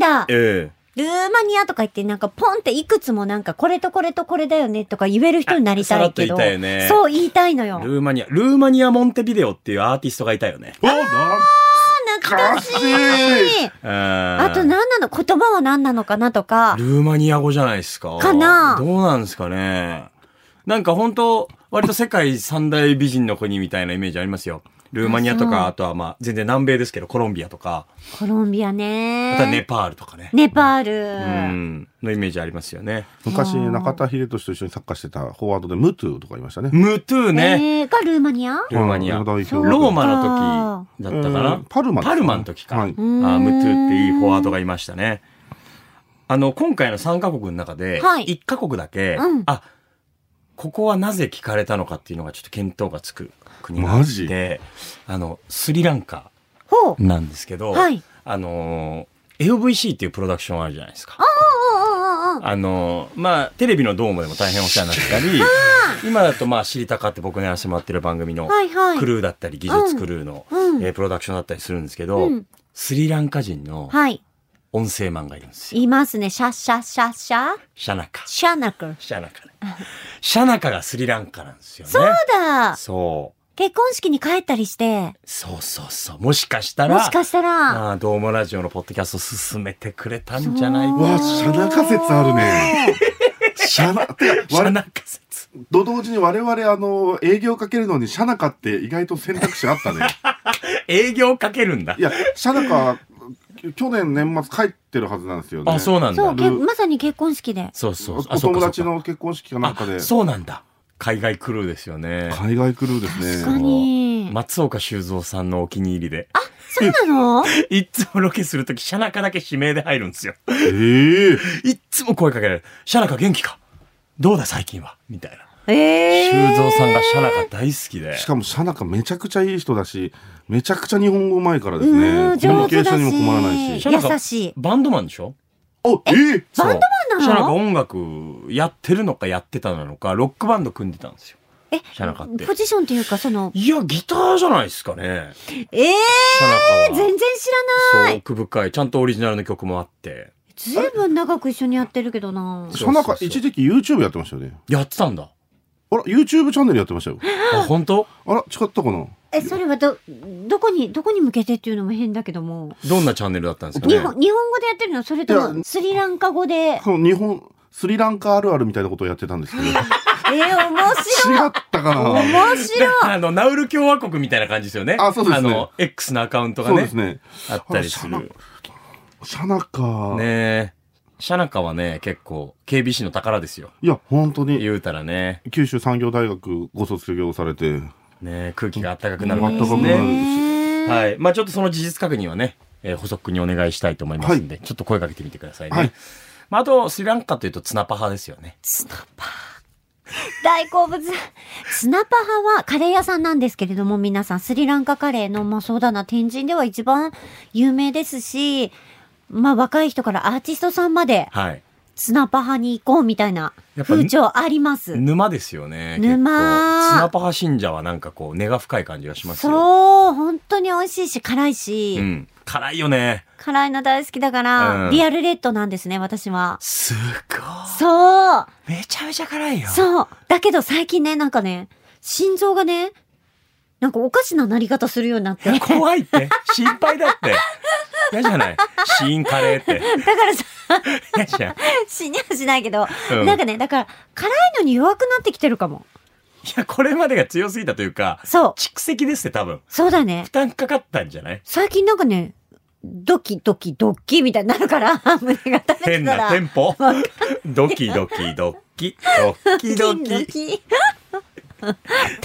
Speaker 2: が多いんだ
Speaker 1: ええ
Speaker 2: ルーマニアとか言ってなんかポンっていくつもなんかこれとこれとこれだよねとか言える人になりたいけど。
Speaker 1: あさらっと言いたいよね
Speaker 2: そう言いたいのよ。
Speaker 1: ルーマニア、ルーマニア・モンテビデオっていうアーティストがいたよね。
Speaker 3: おなん
Speaker 2: 懐かしいあ
Speaker 1: あ
Speaker 2: と何なの言葉は何なのかなとか。
Speaker 1: ルーマニア語じゃないですか。
Speaker 2: かな
Speaker 1: どうなんですかね。なんか本当割と世界三大美人の国みたいなイメージありますよ。ルーマニアと
Speaker 2: そう
Speaker 1: か、あとはまあ、全然南米ですけど、コロンビアとか、
Speaker 2: コロンビア
Speaker 1: またネ
Speaker 2: ね。
Speaker 1: パールとかね。
Speaker 2: ネパー
Speaker 1: う
Speaker 2: ル。
Speaker 1: ん。のイメージありますよね。
Speaker 3: 昔中田英寿と一緒にサッカーしてたフォワードでムトゥとかいましたね。
Speaker 1: ムトゥーね。
Speaker 2: えーがルーマニア
Speaker 1: ルーマニア。
Speaker 3: うん
Speaker 1: ロ
Speaker 2: そうか
Speaker 1: ーマの時だったか
Speaker 3: う
Speaker 1: なん
Speaker 3: パルマ
Speaker 1: パルマの時か。あ
Speaker 3: は
Speaker 1: ー
Speaker 3: い
Speaker 1: ムトゥーっていいフォワードがいましたね。あの、今回の3カ国の中で、
Speaker 2: はい
Speaker 1: 1カ国だけ
Speaker 2: うん、
Speaker 1: あ、ここはなぜ聞かれたのかっていうのがちょっと見当がつく国があ
Speaker 3: マ
Speaker 1: っ
Speaker 3: ジ
Speaker 1: て、あの、スリランカ
Speaker 2: ほう。
Speaker 1: なんですけど、
Speaker 2: はい。
Speaker 1: あのー、LVC っていうプロダクションあるじゃないですか。
Speaker 2: ああ、ああ、ああ。
Speaker 1: あのーまあ、テレビのドームでも大変お世話になったり、今だとまあ、知りたかって僕のやらせてもらってる番組の
Speaker 2: はいはい。
Speaker 1: クルーだったり、技術クルーの、
Speaker 2: うん
Speaker 1: えープロダクションだったりするんですけど、
Speaker 2: うん
Speaker 1: スリランカ人の
Speaker 2: はい。
Speaker 1: 音声マンがいるんですよ。
Speaker 2: いますね。シャッシャッシャッシャー。
Speaker 1: シャナカ。
Speaker 2: シャナク。
Speaker 1: シャナカね。シャナカがスリランカなんですよね。
Speaker 2: そうだ。
Speaker 1: そう
Speaker 2: 結婚式に帰ったりして、
Speaker 1: そうそうそう。もしかしたら、
Speaker 2: もしかしたら、
Speaker 1: あードームラジオのポッドキャスト進めてくれたんじゃないか
Speaker 2: そう
Speaker 1: な。
Speaker 3: わシャナカ説あるね。シ ャナ、て
Speaker 1: シャナカ説。
Speaker 3: と同時に我々あの、営業かけるのにシャナカって意外と選択肢あったね。
Speaker 1: 営業かけるんだ
Speaker 3: い。や、シャナカ、去年年末帰ってるはずなんですよね。
Speaker 1: あ、そうなん
Speaker 2: そう、
Speaker 1: だ。
Speaker 2: けまさに結婚式で。
Speaker 1: そうそう。
Speaker 3: お
Speaker 1: あそ
Speaker 3: お
Speaker 1: うか
Speaker 3: 友
Speaker 1: そうか
Speaker 3: 達の結婚式かなんかで
Speaker 1: あ。そうなんだ。海外クルーですよね。
Speaker 3: 海外クルーです
Speaker 2: 確か。
Speaker 3: ね
Speaker 2: に。
Speaker 1: 松岡修造さんのお気に入りで。
Speaker 2: そうなの
Speaker 1: いっつもロケするとき、シャナカだけ指名で入るんですよ。
Speaker 3: ええ
Speaker 1: いっつも声かけられる。シャナカ元気かどうだ最近はみたいな。
Speaker 2: ええ
Speaker 1: 修造さんがシャナカ大好きで。
Speaker 3: しかもシャナカめちゃくちゃいい人だし、めちゃくちゃ日本語うまいからです
Speaker 2: う
Speaker 3: ね。
Speaker 2: ん、
Speaker 3: コミュ
Speaker 2: 上
Speaker 3: ニ
Speaker 2: 手
Speaker 3: ケーショ
Speaker 2: だ
Speaker 3: ンにも困らない
Speaker 2: し。
Speaker 3: し。
Speaker 1: シャナカ
Speaker 2: 優しい。
Speaker 1: バンドマンでしょ
Speaker 3: あ、え
Speaker 1: バ
Speaker 3: え
Speaker 1: ンド
Speaker 2: マンなの
Speaker 1: シャナカ音楽やってるのかやってたのか、ロックバンド組んでたんですよ。
Speaker 2: え
Speaker 1: シャナカって
Speaker 2: ポ。ジションっていうか、その、
Speaker 1: いや、ギターじゃないですかね。
Speaker 2: ええ
Speaker 1: シャナカは。
Speaker 2: 全然知らな
Speaker 1: そう、
Speaker 2: い。
Speaker 1: 奥深い。ちゃんとオリジナルの曲もあって。
Speaker 2: ずいぶん長く一緒にやってるけどな。
Speaker 3: シャナ
Speaker 1: そ
Speaker 3: カ
Speaker 1: うそうそう
Speaker 3: 一時期 YouTube やってましたよね。
Speaker 1: やってたんだ。
Speaker 3: あら、YouTube チャンネルやってまし たよ。
Speaker 1: あ、本当？
Speaker 3: あら、違ったかな
Speaker 2: え、それはど、どこに、どこに向けてっていうのも変だけども。
Speaker 1: どんなチャンネルだったんですか
Speaker 2: 日
Speaker 1: ね
Speaker 2: 本、日本語でやってるのそれと
Speaker 3: い
Speaker 2: も、
Speaker 3: や
Speaker 2: スリランカ語で。
Speaker 3: この日本、スリランカあるあるみたいなことをやってた んですけど。違っ
Speaker 2: えー、面白い。
Speaker 3: たかな
Speaker 2: 面白い。
Speaker 1: あの、ナウル共和国みたいな感じですよね。
Speaker 3: あそうですね
Speaker 1: あの、X のアカウントが
Speaker 3: そう
Speaker 1: ね
Speaker 3: です、ね。
Speaker 1: あったりする。
Speaker 3: シャナカ。
Speaker 1: ねえ。シャナカはね、結構、KBC の宝ですよ。
Speaker 3: いや、本当に、
Speaker 1: 言うたらね、
Speaker 3: 九州産業大学ご卒業されて、
Speaker 1: ねえ空気が暖かくなるわけ
Speaker 3: ね
Speaker 1: で
Speaker 3: 暖
Speaker 1: す
Speaker 3: かくなる
Speaker 1: ね。
Speaker 2: ねえ
Speaker 1: はい。まあちょっとその事実確認はね、えー、補足にお願いしたいと思いますんで、ちょっと声かけてみてくださいね。
Speaker 3: はい
Speaker 1: まああと、スリランカというとツナパ派ですよね。
Speaker 2: 大好物。スナパ派はカレー屋さんなんですけれども、皆さん、スリランカカレーの、まあそうだな、天神では一番有名ですし、まあ若い人からアーティストさんまで、
Speaker 1: はい。
Speaker 2: スナパ派に行こうみたいな
Speaker 1: やっぱ
Speaker 2: 風潮あります。
Speaker 1: 沼ですよね。
Speaker 2: 沼
Speaker 1: 結構ツナパ派信者はなんかこう、根が深い感じがしますよ。
Speaker 2: そう、本当に美味しいし、辛いし、
Speaker 1: うん。辛いよね。
Speaker 2: 辛いの大好きだから、
Speaker 1: うん
Speaker 2: リアルレッドなんですね、私は。
Speaker 1: すごい。
Speaker 2: そう
Speaker 1: めちゃめちゃ辛いよ。
Speaker 2: そうだけど最近ね、なんかね、心臓がね、なんかおかしななり方するようになって。だか
Speaker 1: 怖いって。心配だって。嫌じゃない。死因カレーって。
Speaker 2: らさ、
Speaker 1: 嫌じゃん。い
Speaker 2: 死にはしないけど、
Speaker 1: うん
Speaker 2: なんかね、だから、辛いのに弱くなってきてるかも。
Speaker 1: や、これまでが強すぎたというか、
Speaker 2: そう、
Speaker 1: 蓄積ですって多分。
Speaker 2: そうだね
Speaker 1: 負。担かかったんじゃない
Speaker 2: 最近なんかね、ドキドキドッキみたいになるから、 胸が食べて
Speaker 1: 変
Speaker 2: た
Speaker 1: な
Speaker 2: ら。
Speaker 1: テンポ。ドキドキドッキ。ドッキド
Speaker 2: ド
Speaker 1: キ。
Speaker 2: キ。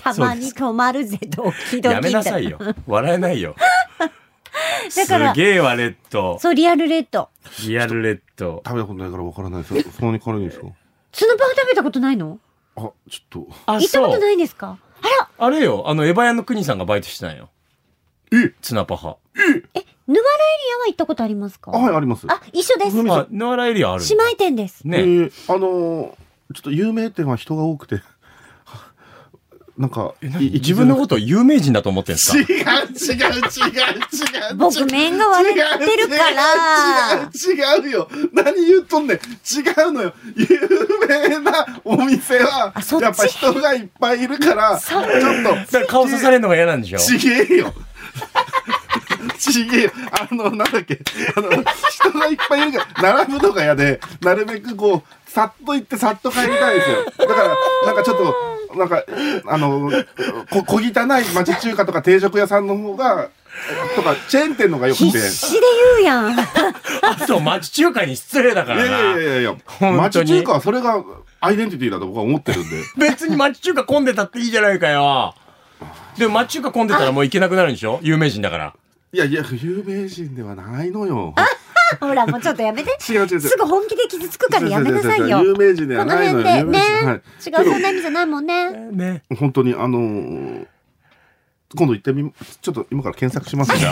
Speaker 2: たまに止まるぜ、ドキドキ。
Speaker 1: やめなさいよ。笑えないよ。す
Speaker 2: から
Speaker 1: げえわ、レッド。
Speaker 2: そう、リアルレッド。
Speaker 1: リアルレッド。
Speaker 3: 食べたことないからわからないですよ。そんなに辛いんですか
Speaker 2: スナパー食べたことないの
Speaker 3: あ、ちょっと。
Speaker 1: あ
Speaker 2: 行ったこと
Speaker 1: う。
Speaker 2: ないんですかあら
Speaker 1: あれよ、あの、エヴァ屋の国さんがバイトしてたんよ。
Speaker 3: え
Speaker 1: ツナパ派。
Speaker 2: ヌバラエリアは行ったことありますか
Speaker 3: あ、はい、あります。
Speaker 2: あ、一緒です。
Speaker 3: ふみ
Speaker 2: 姉
Speaker 3: さん
Speaker 1: あ、ノアラエリアある。
Speaker 2: 妹店です。
Speaker 3: え
Speaker 1: ね。
Speaker 3: ーあのーちょっと有名店は人が多くて、 なんか、い
Speaker 1: 自分のことを有名人だと思ってんすか
Speaker 3: 違う違う違う違う
Speaker 2: 僕、面が割れてるから。
Speaker 3: 違う違う違うよ何言っとんねん違うのよ有名なお店は
Speaker 2: あそっち
Speaker 3: やっぱ人がいっぱいいるからちょっ
Speaker 1: だから顔刺されるのが嫌なんでしょ
Speaker 3: とちげえよちげえよあのなんだっけあの人がいっぱいいるから並ぶのが嫌でなるべくこうさっと行ってさっと帰りたいんですよだからなんかちょっとなんか、あの、こ小汚い町中華とか定食屋さんの方が、とか、チェーン店の方がよくて。い
Speaker 2: 必死で言うやん。
Speaker 1: あと、町中華に失礼だか
Speaker 3: やい
Speaker 1: ら
Speaker 3: やい
Speaker 1: な。
Speaker 3: やいや、
Speaker 1: 当に
Speaker 3: 町中華はそれがアイデンティティだと僕は思ってるん で。
Speaker 1: 別に町中華混んでたっていいじゃないかよ。でも町中華混んでたらもう行けなくなるんでしょ有名人だから。
Speaker 3: いやいや、有名人ではないのよ。
Speaker 2: ほら、もうちょっとやめて。
Speaker 3: 違う違う違う
Speaker 2: すぐ本気で傷つくからやめなさいよ。
Speaker 3: 違う違う違う有
Speaker 2: こ
Speaker 3: 名人では
Speaker 2: の
Speaker 3: ないの
Speaker 2: 辺
Speaker 3: よ。
Speaker 2: で
Speaker 3: 有名
Speaker 2: ね
Speaker 3: 人。は
Speaker 2: 違
Speaker 3: い。、
Speaker 2: う、そんな意味じゃないもんね。
Speaker 1: ね。
Speaker 3: 本当にあのー今度行ってみちょっと今から検索しますね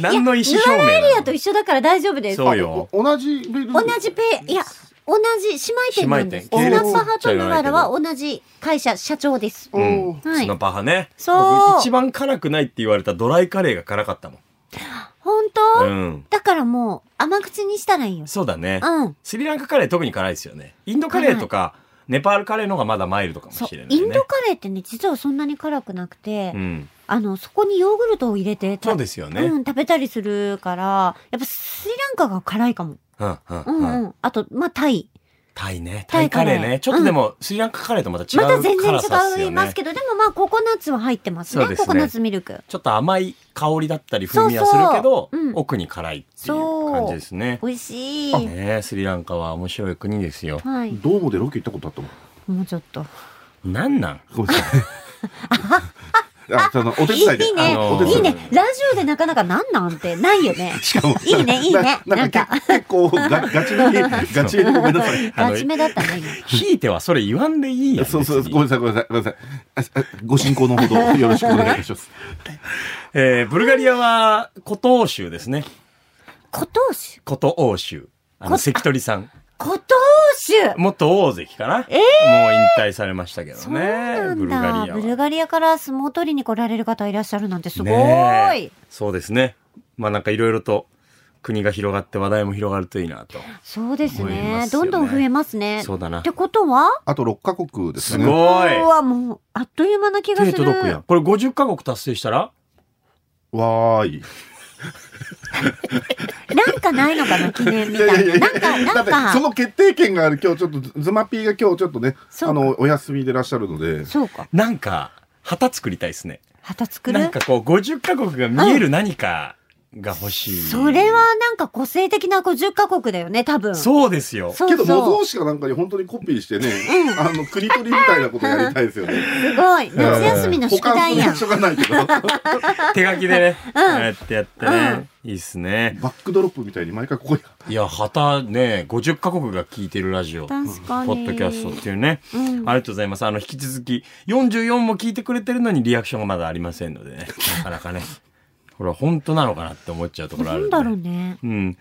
Speaker 1: 何の意思表
Speaker 2: いやヌアラエリア
Speaker 1: 明
Speaker 2: と一緒だから大丈夫です。
Speaker 1: そうよ。
Speaker 3: 同じビル
Speaker 2: 同じペイ、いや、同じ姉妹店なんです。
Speaker 1: 姉
Speaker 2: ス
Speaker 1: 妹店
Speaker 2: ナッパ派とヌアラは同じ会社社長です。
Speaker 3: おー
Speaker 1: うん
Speaker 2: はい
Speaker 1: スナパ派ね。
Speaker 2: そう
Speaker 1: 僕一番辛くないって言われたドライカレーが辛かったもん。
Speaker 2: 本
Speaker 1: う
Speaker 2: 当
Speaker 1: ん。
Speaker 2: だからもう甘口にしたらいいよ。
Speaker 1: そうだね。
Speaker 2: うん。
Speaker 1: スリランカカレー特に辛いですよね。インドカレーとか、ネパールカレーの方がまだマイルドかもし
Speaker 2: そう
Speaker 1: れない、ね。
Speaker 2: インドカレーってね、実はそんなに辛くなくて、
Speaker 1: うん。
Speaker 2: あの、そこにヨーグルトを入れて、た
Speaker 1: そうですよね
Speaker 2: うん、食べたりするから、やっぱスリランカが辛いかも。
Speaker 1: うん、うん、
Speaker 2: うん
Speaker 1: うん。
Speaker 2: うん。あと、まあ、タイ。
Speaker 1: タイね。タ
Speaker 2: タ
Speaker 1: イ
Speaker 2: イ
Speaker 1: カ
Speaker 2: カレ
Speaker 1: レ
Speaker 2: ー
Speaker 1: ーね。ちょっとでも、スリランカカレーとまた違
Speaker 2: また
Speaker 1: う
Speaker 2: 全然
Speaker 1: 辛さっす
Speaker 2: 違
Speaker 1: よ
Speaker 2: いま
Speaker 1: ね
Speaker 2: す。けど、でもまあ、ココナッツは入ってますね。
Speaker 1: そうですね
Speaker 2: ココナッツミルク。
Speaker 1: ちょっと甘い香りだったり風味はするけど、
Speaker 2: そうそううん
Speaker 1: 奥に辛いっていう感じですね。
Speaker 2: 美味しい。
Speaker 1: ねえスリランカは面白い国ですよ。
Speaker 2: はい。
Speaker 3: ドームでロケ行ったことあったもん
Speaker 2: もうちょっと。
Speaker 1: なんなん
Speaker 3: ごめん なさいあそのお手
Speaker 2: いい
Speaker 3: 伝いで
Speaker 1: あ
Speaker 2: ね
Speaker 1: のー。
Speaker 2: いいね。ラジオでなかなかなんなんてないよね。
Speaker 3: しかも
Speaker 2: いいねいいね
Speaker 3: ななんかけ結構ガガチめに ガチめにごめんなさい
Speaker 1: あの
Speaker 2: ガチめだったね、 今。
Speaker 1: ひいてはそれ言わんでいいやん。
Speaker 3: そうそう
Speaker 1: 別に
Speaker 3: ごめんなさいごめんなさいごめんなさいああご進行の ほどよろしくお願いいたします
Speaker 1: えーブルガリアは、古東欧州ですね。
Speaker 2: 古東州
Speaker 1: 古東欧州。あの、
Speaker 2: こ
Speaker 1: 関取さん。
Speaker 2: 古東州
Speaker 1: 元大関かな、もう引退されましたけど
Speaker 2: そうな
Speaker 1: ね。ブル
Speaker 2: ん
Speaker 1: ガリ
Speaker 2: だ。
Speaker 1: ア
Speaker 2: ブル
Speaker 1: は。
Speaker 2: ガリアから相撲取りに来られる方いらっしゃるなんてすご
Speaker 1: ね
Speaker 2: ー
Speaker 1: え
Speaker 2: い。
Speaker 1: そうですね。まあなんかいろいろと国が広がって話題も広がるといいなと。
Speaker 2: そうです
Speaker 1: 増えま
Speaker 2: ね
Speaker 1: すよ
Speaker 2: ど
Speaker 1: ね
Speaker 2: んどん増えますね。
Speaker 1: そうだな
Speaker 2: ってことは
Speaker 3: あと6カ国です
Speaker 1: す
Speaker 3: ね
Speaker 1: ごい。
Speaker 2: うわ、もう、あっという間な気がす
Speaker 1: 手
Speaker 2: る。
Speaker 1: 届くやん。これ50カ国達成したら
Speaker 3: わーい
Speaker 2: なんかないのかな、記念
Speaker 3: い
Speaker 2: み
Speaker 3: やい
Speaker 2: た
Speaker 3: やいや
Speaker 2: い
Speaker 3: い
Speaker 2: な。
Speaker 3: や
Speaker 2: なんか、
Speaker 3: だって
Speaker 2: な
Speaker 3: そ
Speaker 2: んか、
Speaker 3: の決定権がある今日ちょっとズマピーが今日ちょっとね
Speaker 2: そう
Speaker 3: あのお休みでいらっしゃるので
Speaker 2: そうか。
Speaker 1: なんか、旗作りたいですね。
Speaker 2: 旗作
Speaker 1: な
Speaker 2: る
Speaker 1: んかこう、50カ国が見える何かが欲しい。
Speaker 2: それはなんか個性的な50カ国だよね、多分。う
Speaker 1: そうですよ。
Speaker 2: そう
Speaker 3: けど模
Speaker 2: そう
Speaker 3: 造紙かなんかに本当にコピーしてね、あの国取りみたいなことやりたいですよね。
Speaker 2: すごい。夏休みの宿題や
Speaker 3: 保管
Speaker 2: ん。
Speaker 3: する場所がないけど、
Speaker 1: 手書きでね。こうやってやってね。いいっすね。
Speaker 3: バックドロップみたいに毎回ここに。
Speaker 1: いや、旗ね、50カ国が聞いてるラジオ。ポ
Speaker 2: 確かに。
Speaker 1: ッドキャストっていうね。
Speaker 2: うん
Speaker 1: ありがとうございます。あの、引き続き、44も聞いてくれてるのにリアクションがまだありませんのでね。なかなかね。 これは本当なのかなって思っちゃうところあ
Speaker 2: な
Speaker 1: る
Speaker 2: ん
Speaker 1: で
Speaker 2: だろうね。
Speaker 1: うん。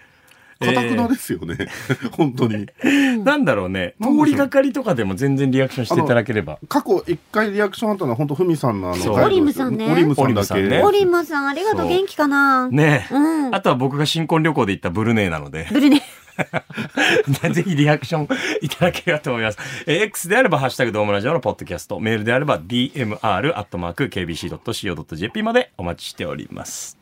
Speaker 3: かたくな
Speaker 1: え
Speaker 3: ですよ ね。本当に。
Speaker 1: ーなんだろうね。通りがかりとかでも全然リアクションしていただければ。
Speaker 3: 過去一回リアクションあったのは本当ふみさんのあ
Speaker 1: そう
Speaker 3: のガ
Speaker 2: オ
Speaker 3: イドです。
Speaker 2: リムさんね
Speaker 3: オリムさん
Speaker 1: オリ
Speaker 3: だ
Speaker 1: ムさんね
Speaker 3: け。
Speaker 2: オリマさん、ありがと
Speaker 1: そう
Speaker 2: う。元気かな
Speaker 1: ねえ。
Speaker 2: うん。
Speaker 1: あとは僕が新婚旅行で行ったブルネイなので、
Speaker 2: ブルネ。
Speaker 1: ぜひリアクションいただければと思います。えー X であれば、ハッシュタグドームラジオのポッドキャスト、メールであれば、dmr.kbc.co.jp までお待ちしております。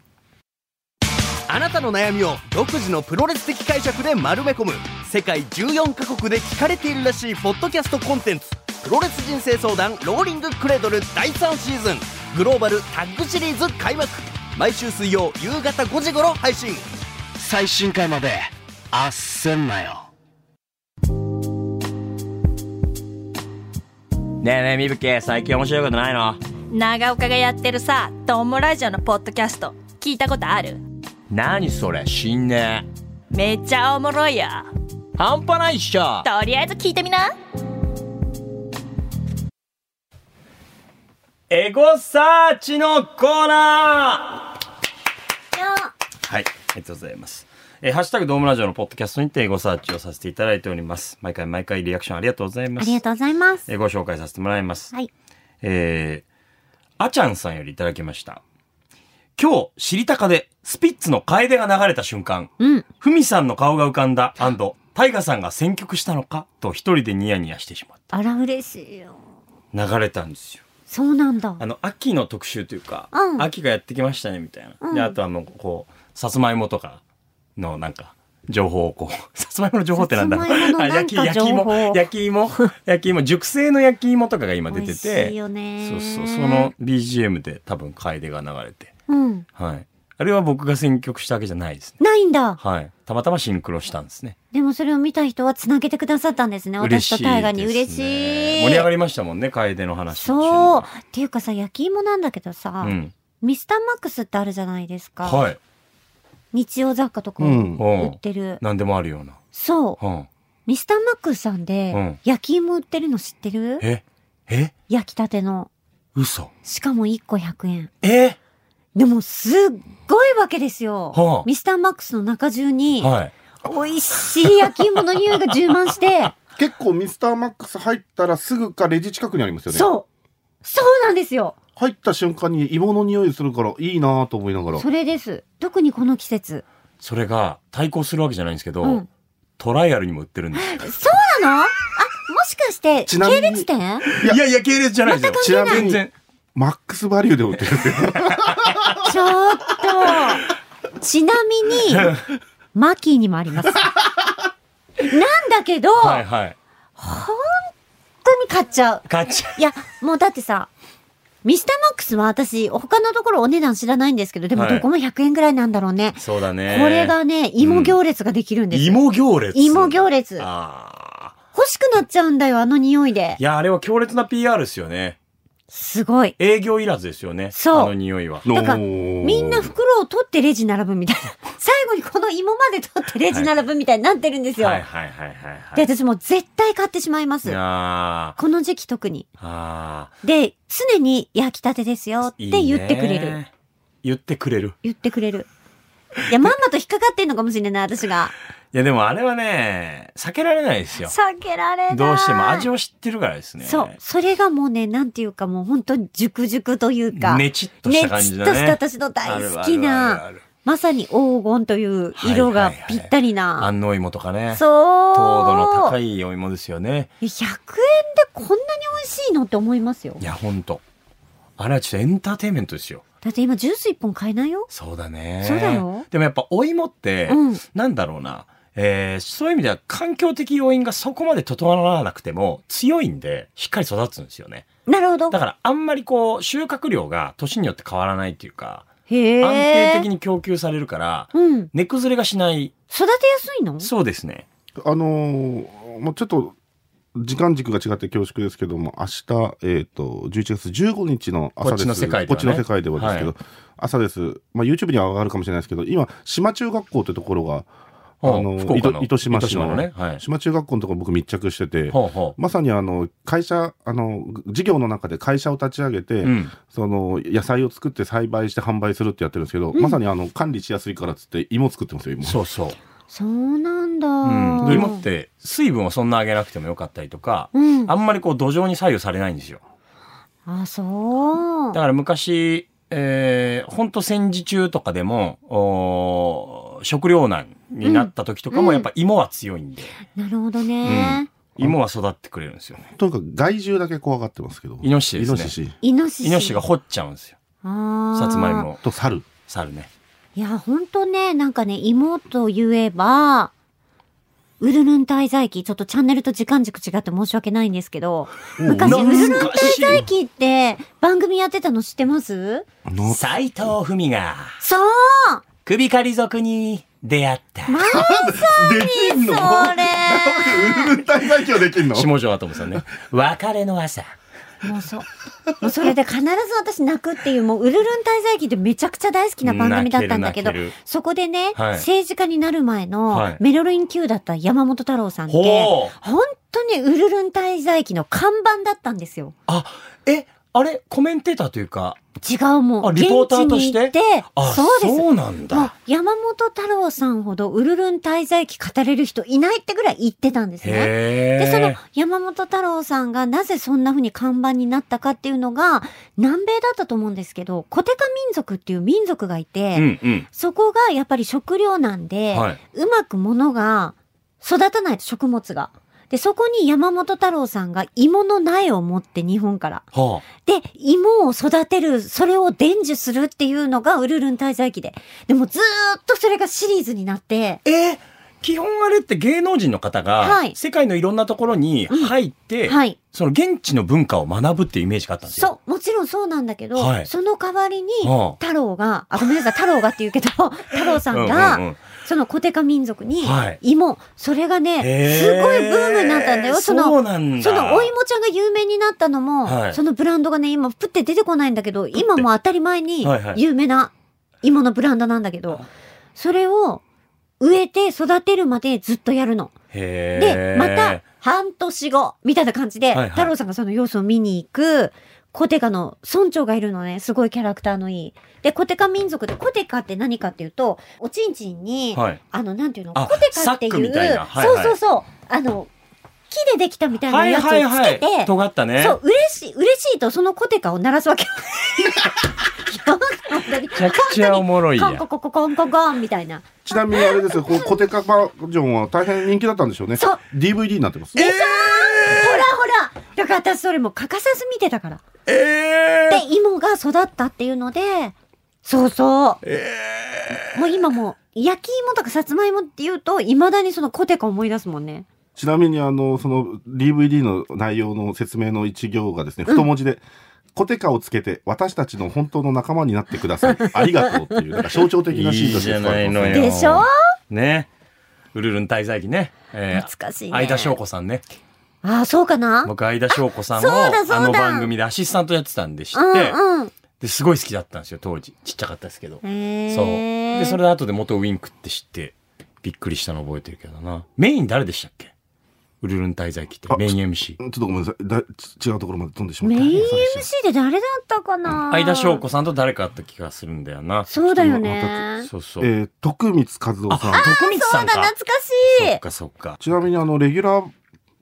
Speaker 4: あなたの悩みを独自のプロレス的解釈で丸め込む世界14カ国で聞かれているらしいポッドキャストコンテンツ「プロレス人生相談ローリングクレードル」第3シーズングローバルタッグシリーズ開幕毎週水曜夕方5時頃配信
Speaker 5: 最新回まであっせんなよ
Speaker 1: ねえねえ、みぶけ、最近面白いことないの
Speaker 6: 長岡がやってるさ「トモラジオ」のポッドキャスト聞いたことある
Speaker 1: 何それ、死んねえ。
Speaker 6: めっちゃおもろいよ
Speaker 1: 半端ないっしょ
Speaker 6: とりあえず聞いてみな
Speaker 1: エゴサーチのコーナーはい、ありがとうございます。えーハッシュタグドームラジオのポッドキャストにてエゴサーチをさせていただいております。毎回毎回リアクションありがとうございま
Speaker 2: あ
Speaker 1: す。
Speaker 2: りがとうございます。
Speaker 1: えーご紹介させてもらいます。
Speaker 2: はい。
Speaker 1: えー、あちゃんさんよりいただきました。今日、知りたかで、スピッツの楓が流れた瞬間、
Speaker 2: うん。
Speaker 1: ふみさんの顔が浮かんだ、タイガさんが選曲したのか、と一人でニヤニヤしてしまっ
Speaker 2: あら、嬉しいよ。
Speaker 1: た。流れたんですよ。
Speaker 2: そうなんだ
Speaker 1: あ。の、秋の特集というか、
Speaker 2: うん
Speaker 1: 秋がやってきましたね、みたいな。
Speaker 2: うん
Speaker 1: で、あとはもう、こう、さつまいもとかの、なんか、情報をこう、 さつまいもの情報ってなんだ
Speaker 2: さつまいもの
Speaker 1: あ
Speaker 2: なん
Speaker 1: 焼き、
Speaker 2: か
Speaker 1: 焼き
Speaker 2: 情報
Speaker 1: 芋、焼き芋、 焼き芋、熟成の焼き芋とかが今出
Speaker 2: 美
Speaker 1: て
Speaker 2: 味しい
Speaker 1: て、
Speaker 2: よね。
Speaker 1: そうそう、その BGM で多分楓が流れて、
Speaker 2: うん。
Speaker 1: はい。あれは僕が選曲したわけじゃないですね。
Speaker 2: ないんだ。
Speaker 1: はい。たまたまシンクロしたんですね。
Speaker 2: でもそれを見た人はつなげてくださったんですね。
Speaker 1: 嬉
Speaker 2: 私
Speaker 1: しいです、
Speaker 2: と
Speaker 1: ね。
Speaker 2: 大河に嬉しい。
Speaker 1: 盛り上がりましたもんね、楓の話。
Speaker 2: そう。っていうかさ、焼き芋なんだけどさ、
Speaker 1: うん。
Speaker 2: ミスターマックスってあるじゃないですか。
Speaker 1: はい。
Speaker 2: 日用雑貨とか
Speaker 3: う
Speaker 2: 売
Speaker 3: ん。
Speaker 1: うん
Speaker 2: ってる。
Speaker 1: 何でもあるような。
Speaker 2: そう。
Speaker 1: うん。
Speaker 2: ミスターマックスさん
Speaker 1: う
Speaker 2: で
Speaker 1: ん、
Speaker 2: 焼き芋売ってるの知ってる
Speaker 1: ええ
Speaker 2: 焼きたての。
Speaker 1: 嘘
Speaker 2: しかも1個100円。
Speaker 1: え
Speaker 2: でも、すっごいわけですよ。
Speaker 1: はあ
Speaker 2: ミスターマックスの中中に、
Speaker 1: はい。
Speaker 2: 美味しい焼き芋の匂いが充満 して、
Speaker 3: 結構ミスターマックス入ったらすぐかレジ近くにありますよね。
Speaker 2: そうそうなんですよ
Speaker 3: 入った瞬間に芋の匂いするからいいなぁと思いながら。
Speaker 2: それです。特にこの季節。
Speaker 1: それが対抗するわけじゃないんですけど、
Speaker 2: うん
Speaker 1: トライアルにも売ってるんですよ。
Speaker 2: そうなのあ、もしかして、
Speaker 3: ちなみ
Speaker 2: 系
Speaker 3: に
Speaker 2: 列店
Speaker 1: いやいや、系列じゃないですよ。
Speaker 3: ちなみ
Speaker 1: 全
Speaker 3: に、
Speaker 1: 然。
Speaker 3: マックスバリューで売ってるんで。
Speaker 2: ちょっと、ちなみに、 マキーにもあります。なんだけど、
Speaker 1: はいはい。
Speaker 2: 本当に買っちゃう。
Speaker 1: ガチャ。
Speaker 2: いや、もうだってさ、ミスターマックスは私、他のところお値段知らないんですけど、でも
Speaker 1: はい
Speaker 2: どこも100円ぐらいなんだろうね。
Speaker 1: そうだね。
Speaker 2: これがね、芋行列ができるんですよ。
Speaker 1: 芋行列。
Speaker 2: 芋行列。
Speaker 1: ああ。
Speaker 2: 欲しくなっちゃうんだよ、あの匂いで
Speaker 1: い。や、あれは強烈な PR ですよね。
Speaker 2: すごい。
Speaker 1: 営業いらずですよね。
Speaker 2: そう
Speaker 1: あの匂いは。
Speaker 2: だからみ
Speaker 3: み
Speaker 2: んな袋を取ってレジ並ぶみたいな。 最後にこの芋まで取ってレジ並ぶみたいになってるんですよ。
Speaker 1: はいはいはいはいは
Speaker 2: で、
Speaker 1: い。
Speaker 2: 私もう絶対買ってしまいます。
Speaker 1: あ
Speaker 2: この時期特に。
Speaker 1: あ。ああ。
Speaker 2: で、常に焼きたてですよって
Speaker 1: いい
Speaker 2: 言ってくれる。
Speaker 1: ね。言ってくれる。
Speaker 2: 言ってくれる。いや、まんまと引っかかってんのかもしれない、私が。
Speaker 1: いや、でもあれはね、避けられないですよ。
Speaker 2: 避けられない。
Speaker 1: どうしても味を知ってるからですね。
Speaker 2: そう。それがもうね、なんていうかもう本当に熟熟というか。
Speaker 1: ねちっとした感じだね。
Speaker 2: ねちっとした私の大好
Speaker 1: あ
Speaker 2: き
Speaker 1: るあるあるあ
Speaker 2: な、
Speaker 1: る
Speaker 2: まさに黄金という色がぴったりな。
Speaker 1: 安納芋とかね。
Speaker 2: そう。
Speaker 1: 糖度の高いお芋ですよね。
Speaker 2: 100円でこんなに美味しいのって思いますよ
Speaker 1: い。や、ほんと。あれはちょっとエンターテインメントですよ。
Speaker 2: だって今ジュース1本買えないよ。
Speaker 1: そうだね。
Speaker 2: そうだよ
Speaker 1: でもやっぱお芋って、
Speaker 2: うん
Speaker 1: なんだろうな。えーそういう意味では環境的要因がそこまで整わなくても強いんで、しっかり育つんですよね。
Speaker 2: なるほど
Speaker 1: だ。からあんまりこう、収穫量が年によって変わらないっていうか、
Speaker 2: へえ。
Speaker 1: 安定的に供給されるから、
Speaker 2: うん。育
Speaker 1: 根崩れがしない。
Speaker 2: てやすいの
Speaker 1: そうですね。
Speaker 3: あのーもうちょっと、時間軸が違って恐縮ですけども、明日、えっ、と、11月15日の朝です。
Speaker 1: こっちの世界ではね
Speaker 3: こっちの世界ではですけど、
Speaker 1: はい
Speaker 3: 朝です。まあ、YouTube には上がるかもしれないですけど、今、島中学校というところが、あ
Speaker 1: ほう
Speaker 3: の
Speaker 1: 福岡
Speaker 3: 糸糸島市の
Speaker 1: ね。はい。
Speaker 3: 島中学校のところ僕密着してて、
Speaker 1: ほうほ
Speaker 3: まさにあの、会社、あの、事業の中で会社を立ち上げて、
Speaker 1: う。うん。
Speaker 3: その、野菜を作って栽培して販売するってやってるんですけど、まさにあの、管理しやすいからっつって、芋作ってますよ、芋。
Speaker 1: そうそう。
Speaker 2: そうなんだ。
Speaker 1: うん、
Speaker 2: う
Speaker 1: で
Speaker 2: ん、
Speaker 1: 芋って水分をそんなあげなくてもよかったりとか、
Speaker 2: うん
Speaker 1: あ。んまりこう土壌に左右されないんですよ。
Speaker 2: あ、そう。
Speaker 1: だから昔、えー、ほんと戦時中とかでも、おー食糧難になった時とか
Speaker 2: うんう
Speaker 1: も
Speaker 2: ん
Speaker 1: やっぱ芋は強いんで、
Speaker 2: なるほどね。
Speaker 1: 芋は育ってくれるんですよね。
Speaker 3: とにかく害獣だけ怖がってますけど。
Speaker 1: イノシシですね
Speaker 3: イノシシ
Speaker 2: イノシシ。
Speaker 1: イノシシが。掘っちゃうんですよ。
Speaker 2: ああ。
Speaker 1: さつまい。も、
Speaker 3: と猿。
Speaker 1: 猿ね。
Speaker 2: いや、ほんとね、なんかね、芋と言えば、ウルルン滞在期、ちょっとチャンネルと時間軸違って申し訳ないんですけど、昔、ウルルン滞在期って番組やってたの知ってます
Speaker 1: 斎藤文が
Speaker 2: そう
Speaker 1: 首狩り族に出会った。
Speaker 2: まさ
Speaker 3: でき
Speaker 2: に
Speaker 3: ん
Speaker 2: そ
Speaker 3: の
Speaker 2: れ
Speaker 3: ウル ル滞在期はできんの
Speaker 1: 下條アトム さんね。別れの朝。
Speaker 2: もうそう。もうそれで必ず私泣くっていう、もうウルルン滞在期ってめちゃくちゃ大好きな番組だったんだけど
Speaker 1: 泣ける泣け、
Speaker 2: そこでね、
Speaker 1: はい
Speaker 2: 政治家になる前
Speaker 1: は
Speaker 2: の
Speaker 1: い
Speaker 2: メロリン級だった山本太郎さんって、
Speaker 1: ほう
Speaker 2: 本当にウルルン滞在期の看板だったんですよ。
Speaker 1: あ、え、あれコメンテーターというか、
Speaker 2: 違うも
Speaker 1: あ
Speaker 2: ん。
Speaker 1: リポーターとして
Speaker 2: 現地に行って
Speaker 1: あ、
Speaker 2: そうです。
Speaker 1: そうなんだ
Speaker 2: もう。山本太郎さんほどウルルン滞在期語れる人いないってぐらい言ってたんですね。
Speaker 1: へ
Speaker 2: で、
Speaker 1: え。
Speaker 2: その山本太郎さんがなぜそんな風に看板になったかっていうのが、南米だったと思うんですけど、コテカ民族っていう民族がいて、
Speaker 1: うんうん。
Speaker 2: そこがやっぱり食糧なんで、
Speaker 1: は
Speaker 2: うまく物が育たないと食物が。で、そこに山本太郎さんが芋の苗を持って日本から。
Speaker 1: は
Speaker 2: で、芋を育てる、それを伝授するっていうのがウルルン滞在期で。でもずーっとそれがシリーズになって、
Speaker 1: あ、えー基本あれって芸能人の方が
Speaker 2: はい
Speaker 1: 世界のいろんなところに入って、
Speaker 2: はい
Speaker 1: その現地の文化を学ぶっていうイメージがあったんですよ。
Speaker 2: そう、もちろんそうなんだけど、
Speaker 1: はい
Speaker 2: その代わりに、
Speaker 1: うん
Speaker 2: 太郎が、あ、ごめんなさい、太郎がって言うけど、 太郎さんが、
Speaker 1: うんうんうん
Speaker 2: そのコテカ民族に
Speaker 1: はい
Speaker 2: 芋、それがね、
Speaker 1: へー
Speaker 2: すごいブームになったんだよ。その、
Speaker 1: そうなんだ
Speaker 2: そのお芋ちゃんが有名になったのも、
Speaker 1: はい
Speaker 2: そのブランドがね、今、プって出てこないんだけど、今も当たり前に
Speaker 1: はいはい
Speaker 2: 有名な芋のブランドなんだけど、それを植えて育てるまでずっとやるの。
Speaker 1: へ
Speaker 2: で
Speaker 1: ー、
Speaker 2: また、半年後、みたいな感じで、
Speaker 1: いはい
Speaker 2: 太郎さんがその様子を見に行く、コテカの村長がいるのね、すごいキャラクターのいい。で、コテカ民族で、コテカって何かっていうと、おちんちんに、
Speaker 1: はい
Speaker 2: あの、なんていうの、
Speaker 1: あ
Speaker 2: コテカってい
Speaker 1: サックみ
Speaker 2: う、
Speaker 1: たいなはいはい
Speaker 2: そうそうそう、あの、木でできたみたいな
Speaker 1: はい
Speaker 2: やつをつ
Speaker 1: はいは
Speaker 2: けて、
Speaker 1: い。尖ったね。
Speaker 2: そう、嬉しい、嬉しいと、そのコテカを鳴らすわけ。いや本当
Speaker 1: め
Speaker 2: に
Speaker 1: ちゃくちゃおもろいや
Speaker 2: コン
Speaker 1: ん。
Speaker 2: ココココンココンみたいな。
Speaker 3: ちなみにあれですよ、こうコテカバージョンは大変人気だったんでしょうね。
Speaker 2: そう
Speaker 3: DVD になってます。
Speaker 2: ほらほらだから私それも欠かさず見てたから。
Speaker 1: ええ
Speaker 2: で、芋が育ったっていうので、そうそう。もう今もう、焼き芋とかさつまいもって言うと、未だにそのコテカ思い出すもんね。
Speaker 3: ちなみにあの、その DVD の内容の説明の一行がですね、太文字で、コテカをつけて私たちの本当の仲間になってください。ありがとうっていう、なんか象徴的なシーンとして使われてます
Speaker 1: いいじゃないのよ
Speaker 2: でしょ
Speaker 1: ね。うるるん滞在記ね。えー
Speaker 2: 懐かしいね
Speaker 1: 相田翔子さんね。
Speaker 2: ああ、そうかな
Speaker 1: 僕、相田翔子さんを、
Speaker 2: あそうだそうだ
Speaker 1: あの番組でアシスタントやってたんで知っ
Speaker 2: うん
Speaker 1: て、
Speaker 2: うん。
Speaker 1: ですごい好きだったんですよ、当時。ちっちゃかったですけど。
Speaker 2: へー
Speaker 1: そう。で、それで後で元ウィンクって知って、びっくりしたの覚えてるけどな。メイン誰でしたっけウルルン滞在記って
Speaker 3: あ
Speaker 1: メイン MC
Speaker 3: ち。ょっとごめんなさい。だち違うところまで飛んでしま
Speaker 2: メ
Speaker 3: った。
Speaker 2: イン
Speaker 3: そうでした
Speaker 2: MC で誰だったかな
Speaker 1: 相田翔子さんと誰かあった気がするんだよな。
Speaker 2: そうだよ
Speaker 3: ちょっと
Speaker 2: ね。
Speaker 1: そうそう。
Speaker 3: えー、徳光和夫さん。
Speaker 1: 徳光さん
Speaker 2: そうだ、
Speaker 1: か。
Speaker 2: 懐かし
Speaker 1: そ
Speaker 2: い
Speaker 1: っ。かそっか。
Speaker 3: ちなみにあの、レギュラー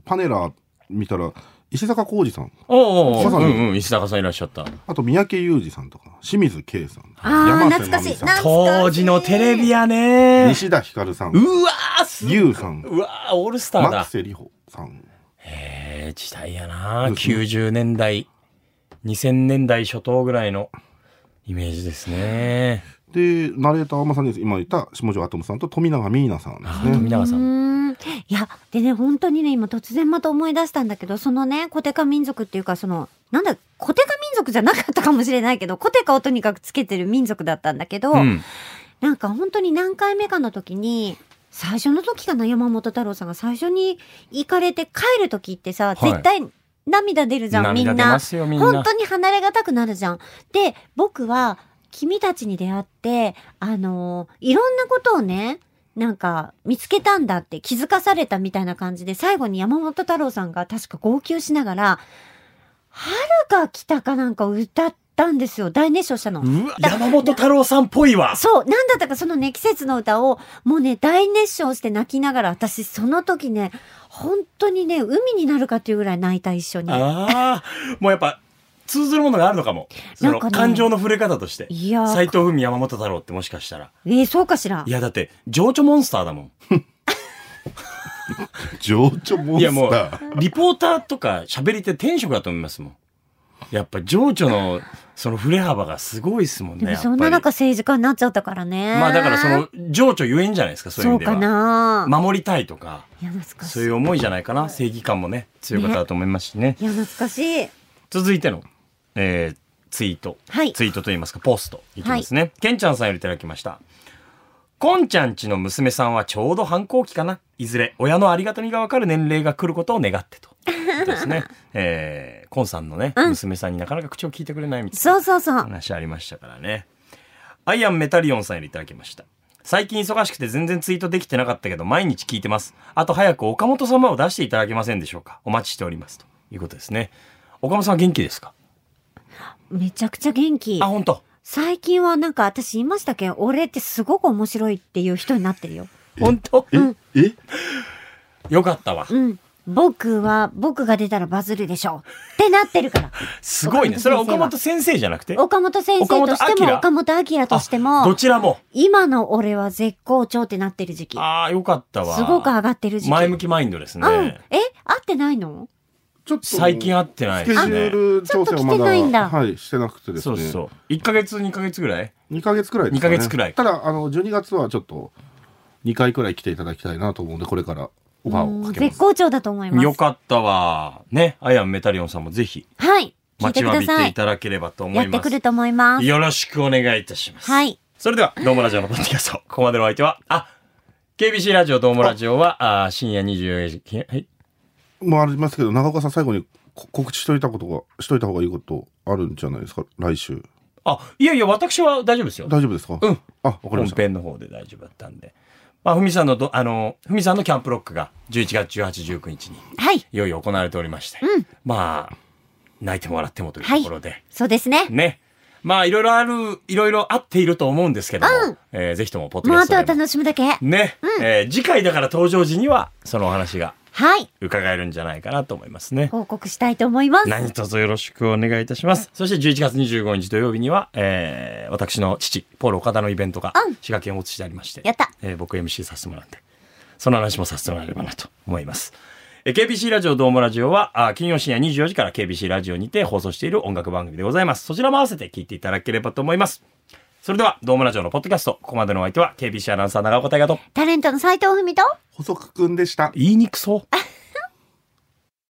Speaker 3: パネラー見たら、石坂浩二さん、
Speaker 1: おうおうお
Speaker 3: そう
Speaker 1: う
Speaker 3: だね
Speaker 1: うんうん、石坂さんいらっしゃった。
Speaker 3: あと三宅裕二さんとか、清水圭さん、
Speaker 2: ああ、
Speaker 3: 山瀬
Speaker 2: 懐かしい。
Speaker 3: まみさん
Speaker 2: 懐かしい
Speaker 1: 当時のテレビやね。
Speaker 3: 西田ひかるさん、
Speaker 1: うわーす
Speaker 3: ゆうさん、
Speaker 1: うわーオールスターだ
Speaker 3: 牧。瀬里穂さん。
Speaker 1: えー、時代やな
Speaker 3: ですね
Speaker 1: 90年代、2000年代初頭ぐらいのイメージですね。
Speaker 3: で、ナレーターはまさに今言った下條アトムさんと富永美奈さんです
Speaker 1: あ
Speaker 3: ね。
Speaker 1: 富永さ。
Speaker 2: うんーんいや、でね、本当にね、今突然また思い出したんだけど、そのね、コテカ民族っていうか、その、なんだ、コテカ民族じゃなかったかもしれないけど、コテカをとにかくつけてる民族だったんだけど、
Speaker 1: うん。
Speaker 2: なんか本当に何回目かの時に、最初の時かな、山本太郎さんが最初に行かれて帰る時ってさ、
Speaker 1: い
Speaker 2: 絶対涙出るじゃん、み
Speaker 1: 涙
Speaker 2: ん
Speaker 1: 出
Speaker 2: な
Speaker 1: ま。すよ、みん
Speaker 2: 本
Speaker 1: な
Speaker 2: 当。に離れがたくなるじゃん。で、僕は君たちに出会って、あのーいろんなことをね、なんか見つけたんだって気づかされたみたいな感じで、最後に山本太郎さんが確か号泣しながら、春が来たかなんかを歌ったんですよ。大熱唱したの。
Speaker 1: うわ、山本太郎さんっぽいわ。
Speaker 2: そう、なんだったかそのね、季節の歌を、もうね、大熱唱して泣きながら、私その時ね、本当にね、海になるかっていうぐらい泣いた一緒に。
Speaker 1: ああ、もうやっぱ通ずるものがあるのかも。そ
Speaker 2: なん
Speaker 1: の
Speaker 2: かね
Speaker 1: 感情の触れ方として。
Speaker 2: いやー
Speaker 1: 斎藤文山本太郎ってもしかしたら。
Speaker 2: えーそうかしら
Speaker 1: い。や、だって、情緒モンスターだもん。
Speaker 3: 情緒モン
Speaker 1: いや
Speaker 3: ス
Speaker 1: も
Speaker 3: タ
Speaker 1: う
Speaker 3: ー。、
Speaker 1: リポーターとか喋り手天職だと思いますもん。やっぱ情緒の、その振れ幅がすごいですもん
Speaker 2: で
Speaker 1: ね。
Speaker 2: も
Speaker 1: やっぱ
Speaker 2: そん
Speaker 1: り
Speaker 2: な中政治家になっちゃったからね。
Speaker 1: まあだからその、情緒ゆえんじゃないですか、そういう意
Speaker 2: そう
Speaker 1: 味では。
Speaker 2: かな。
Speaker 1: 守りたいとか、
Speaker 2: いや、懐かしい。
Speaker 1: そういう思いじゃないかな。正義感もね、強い方だと思いますしね。
Speaker 2: いや、懐かしい。
Speaker 1: 続いての、えーツイート、
Speaker 2: はい
Speaker 1: ツイートといいますかポストいきますね、けんちゃんさんよりいただきましたこんちゃんちの娘さんはちょうど反抗期かないずれ親のありがたみがわかる年齢が来ることを願ってとです ね、えー、コンさんのね、
Speaker 2: うん
Speaker 1: 娘さんになかなか口を聞いてくれないみたいな
Speaker 2: そうそうそう。
Speaker 1: 話ありましたからねアイアンメタリオンさんよりいただきました最近忙しくて全然ツイートできてなかったけど毎日聞いてますあと早く岡本様を出していただけませんでしょうかお待ちしておりますということですね岡本さんは元気ですか
Speaker 2: めちゃくちゃ元気
Speaker 1: あ。本当
Speaker 2: 最近はなんか私言いましたっけ俺ってすごく面白いっていう人になってるよ。
Speaker 1: 本当
Speaker 3: ええ
Speaker 1: よかったわ
Speaker 2: うん。僕は、僕が出たらバズるでしょ。ってなって るから。
Speaker 1: すごいねそれは岡
Speaker 2: 岡
Speaker 1: 本
Speaker 2: 本
Speaker 1: 先生じゃなくて
Speaker 2: 岡本先生としても、
Speaker 1: 岡
Speaker 2: 岡本明として
Speaker 1: あど
Speaker 2: も、
Speaker 1: ちらも
Speaker 2: 今の俺は絶好調ってなってる時期。
Speaker 1: ああよかったわ
Speaker 2: すごく上がってる時期。
Speaker 1: 前向きマインドです
Speaker 2: うん。
Speaker 1: ね
Speaker 2: え、合ってないの
Speaker 3: ちょっと
Speaker 1: 最近会ってない
Speaker 3: ス
Speaker 1: で
Speaker 3: ケジ
Speaker 1: す
Speaker 3: ュ
Speaker 1: ね
Speaker 3: ール調整をま
Speaker 2: ちょっと来てないんだ
Speaker 3: だ、はい、してなくてです
Speaker 1: そう
Speaker 3: ね。
Speaker 1: そう1ヶ月2ヶ月ぐらい
Speaker 3: 2ヶ月くらいですかね。
Speaker 1: 二ヶ月くらい
Speaker 3: ただ、あの、12月はちょっと、 2回くらい来ていただきたいなと思うんで、これからオファーをかけま
Speaker 2: 絶
Speaker 3: す。
Speaker 2: 好調だと思いま
Speaker 1: よ
Speaker 2: す。
Speaker 1: かったわ。ね。アイアンメタリオンさんもぜひ、
Speaker 2: はい。聞い
Speaker 1: 待
Speaker 2: て
Speaker 1: ち
Speaker 2: く
Speaker 1: わ
Speaker 2: だ
Speaker 1: びて
Speaker 2: さ
Speaker 1: い
Speaker 2: い。
Speaker 1: ただければと思
Speaker 2: や
Speaker 1: い
Speaker 2: って
Speaker 1: ま
Speaker 2: く
Speaker 1: す。
Speaker 2: ると思います。
Speaker 1: よろしくお願いいたします。
Speaker 2: はい。
Speaker 1: それでは、どうもラジオのポッドキャスト、 ここまでのお相手は、あ、KBC ラジオどうもラジオは、あ深夜24時、えはい
Speaker 3: もうありますけど、長岡さん最後にこ告知しといたことが、しといた方がいいことあるんじゃないですか、来週。
Speaker 1: あ、いやいや、私は大丈夫ですよ。
Speaker 3: 大丈夫ですか
Speaker 1: うん。
Speaker 3: あ、わかりま
Speaker 1: 本
Speaker 3: した。
Speaker 1: 編の方で大丈夫だったんで。まあ、ふみさんのど、あの、ふみさんのキャンプロックが11月18、19日に、
Speaker 2: はい。
Speaker 1: いよいよ行われておりまして、まあ、泣いても笑ってもという
Speaker 2: はい
Speaker 1: ところで、
Speaker 2: そうですね。
Speaker 1: ね。まあ、いろいろある、いろいろあっていると思うんですけども、えーぜひともポッドキ
Speaker 2: もう
Speaker 1: ャ
Speaker 2: あ
Speaker 1: ス
Speaker 2: とは
Speaker 1: トでも。
Speaker 2: 楽しむだけ。
Speaker 1: ね、えー次回だから登場時には、そのお話が
Speaker 2: はい。
Speaker 1: 伺えるんじゃないかなと思いますね。
Speaker 2: 報告したいと思いま す。
Speaker 1: 何卒よろしくお願いいたします。そして11月25日土曜日には、えー私の父、ポール岡田のイベントが
Speaker 2: うん、
Speaker 1: 滋賀県大津市でありまして、
Speaker 2: やった
Speaker 1: えー僕 MC させてもらって、その話もさせてもらえればなと思います。えー KBC ラジオどうもラジオは、あー金曜深夜24時から KBC ラジオにて放送している音楽番組でございます。そちらも合わせて聞いていただければと思います。それでは、どうもラジオのポッドキャスト、ここまでのお相手は、KBC アナウンサー長岡大和と、
Speaker 2: タレントの斉藤文と、
Speaker 3: 細くくんでした。
Speaker 1: 言いにくそう。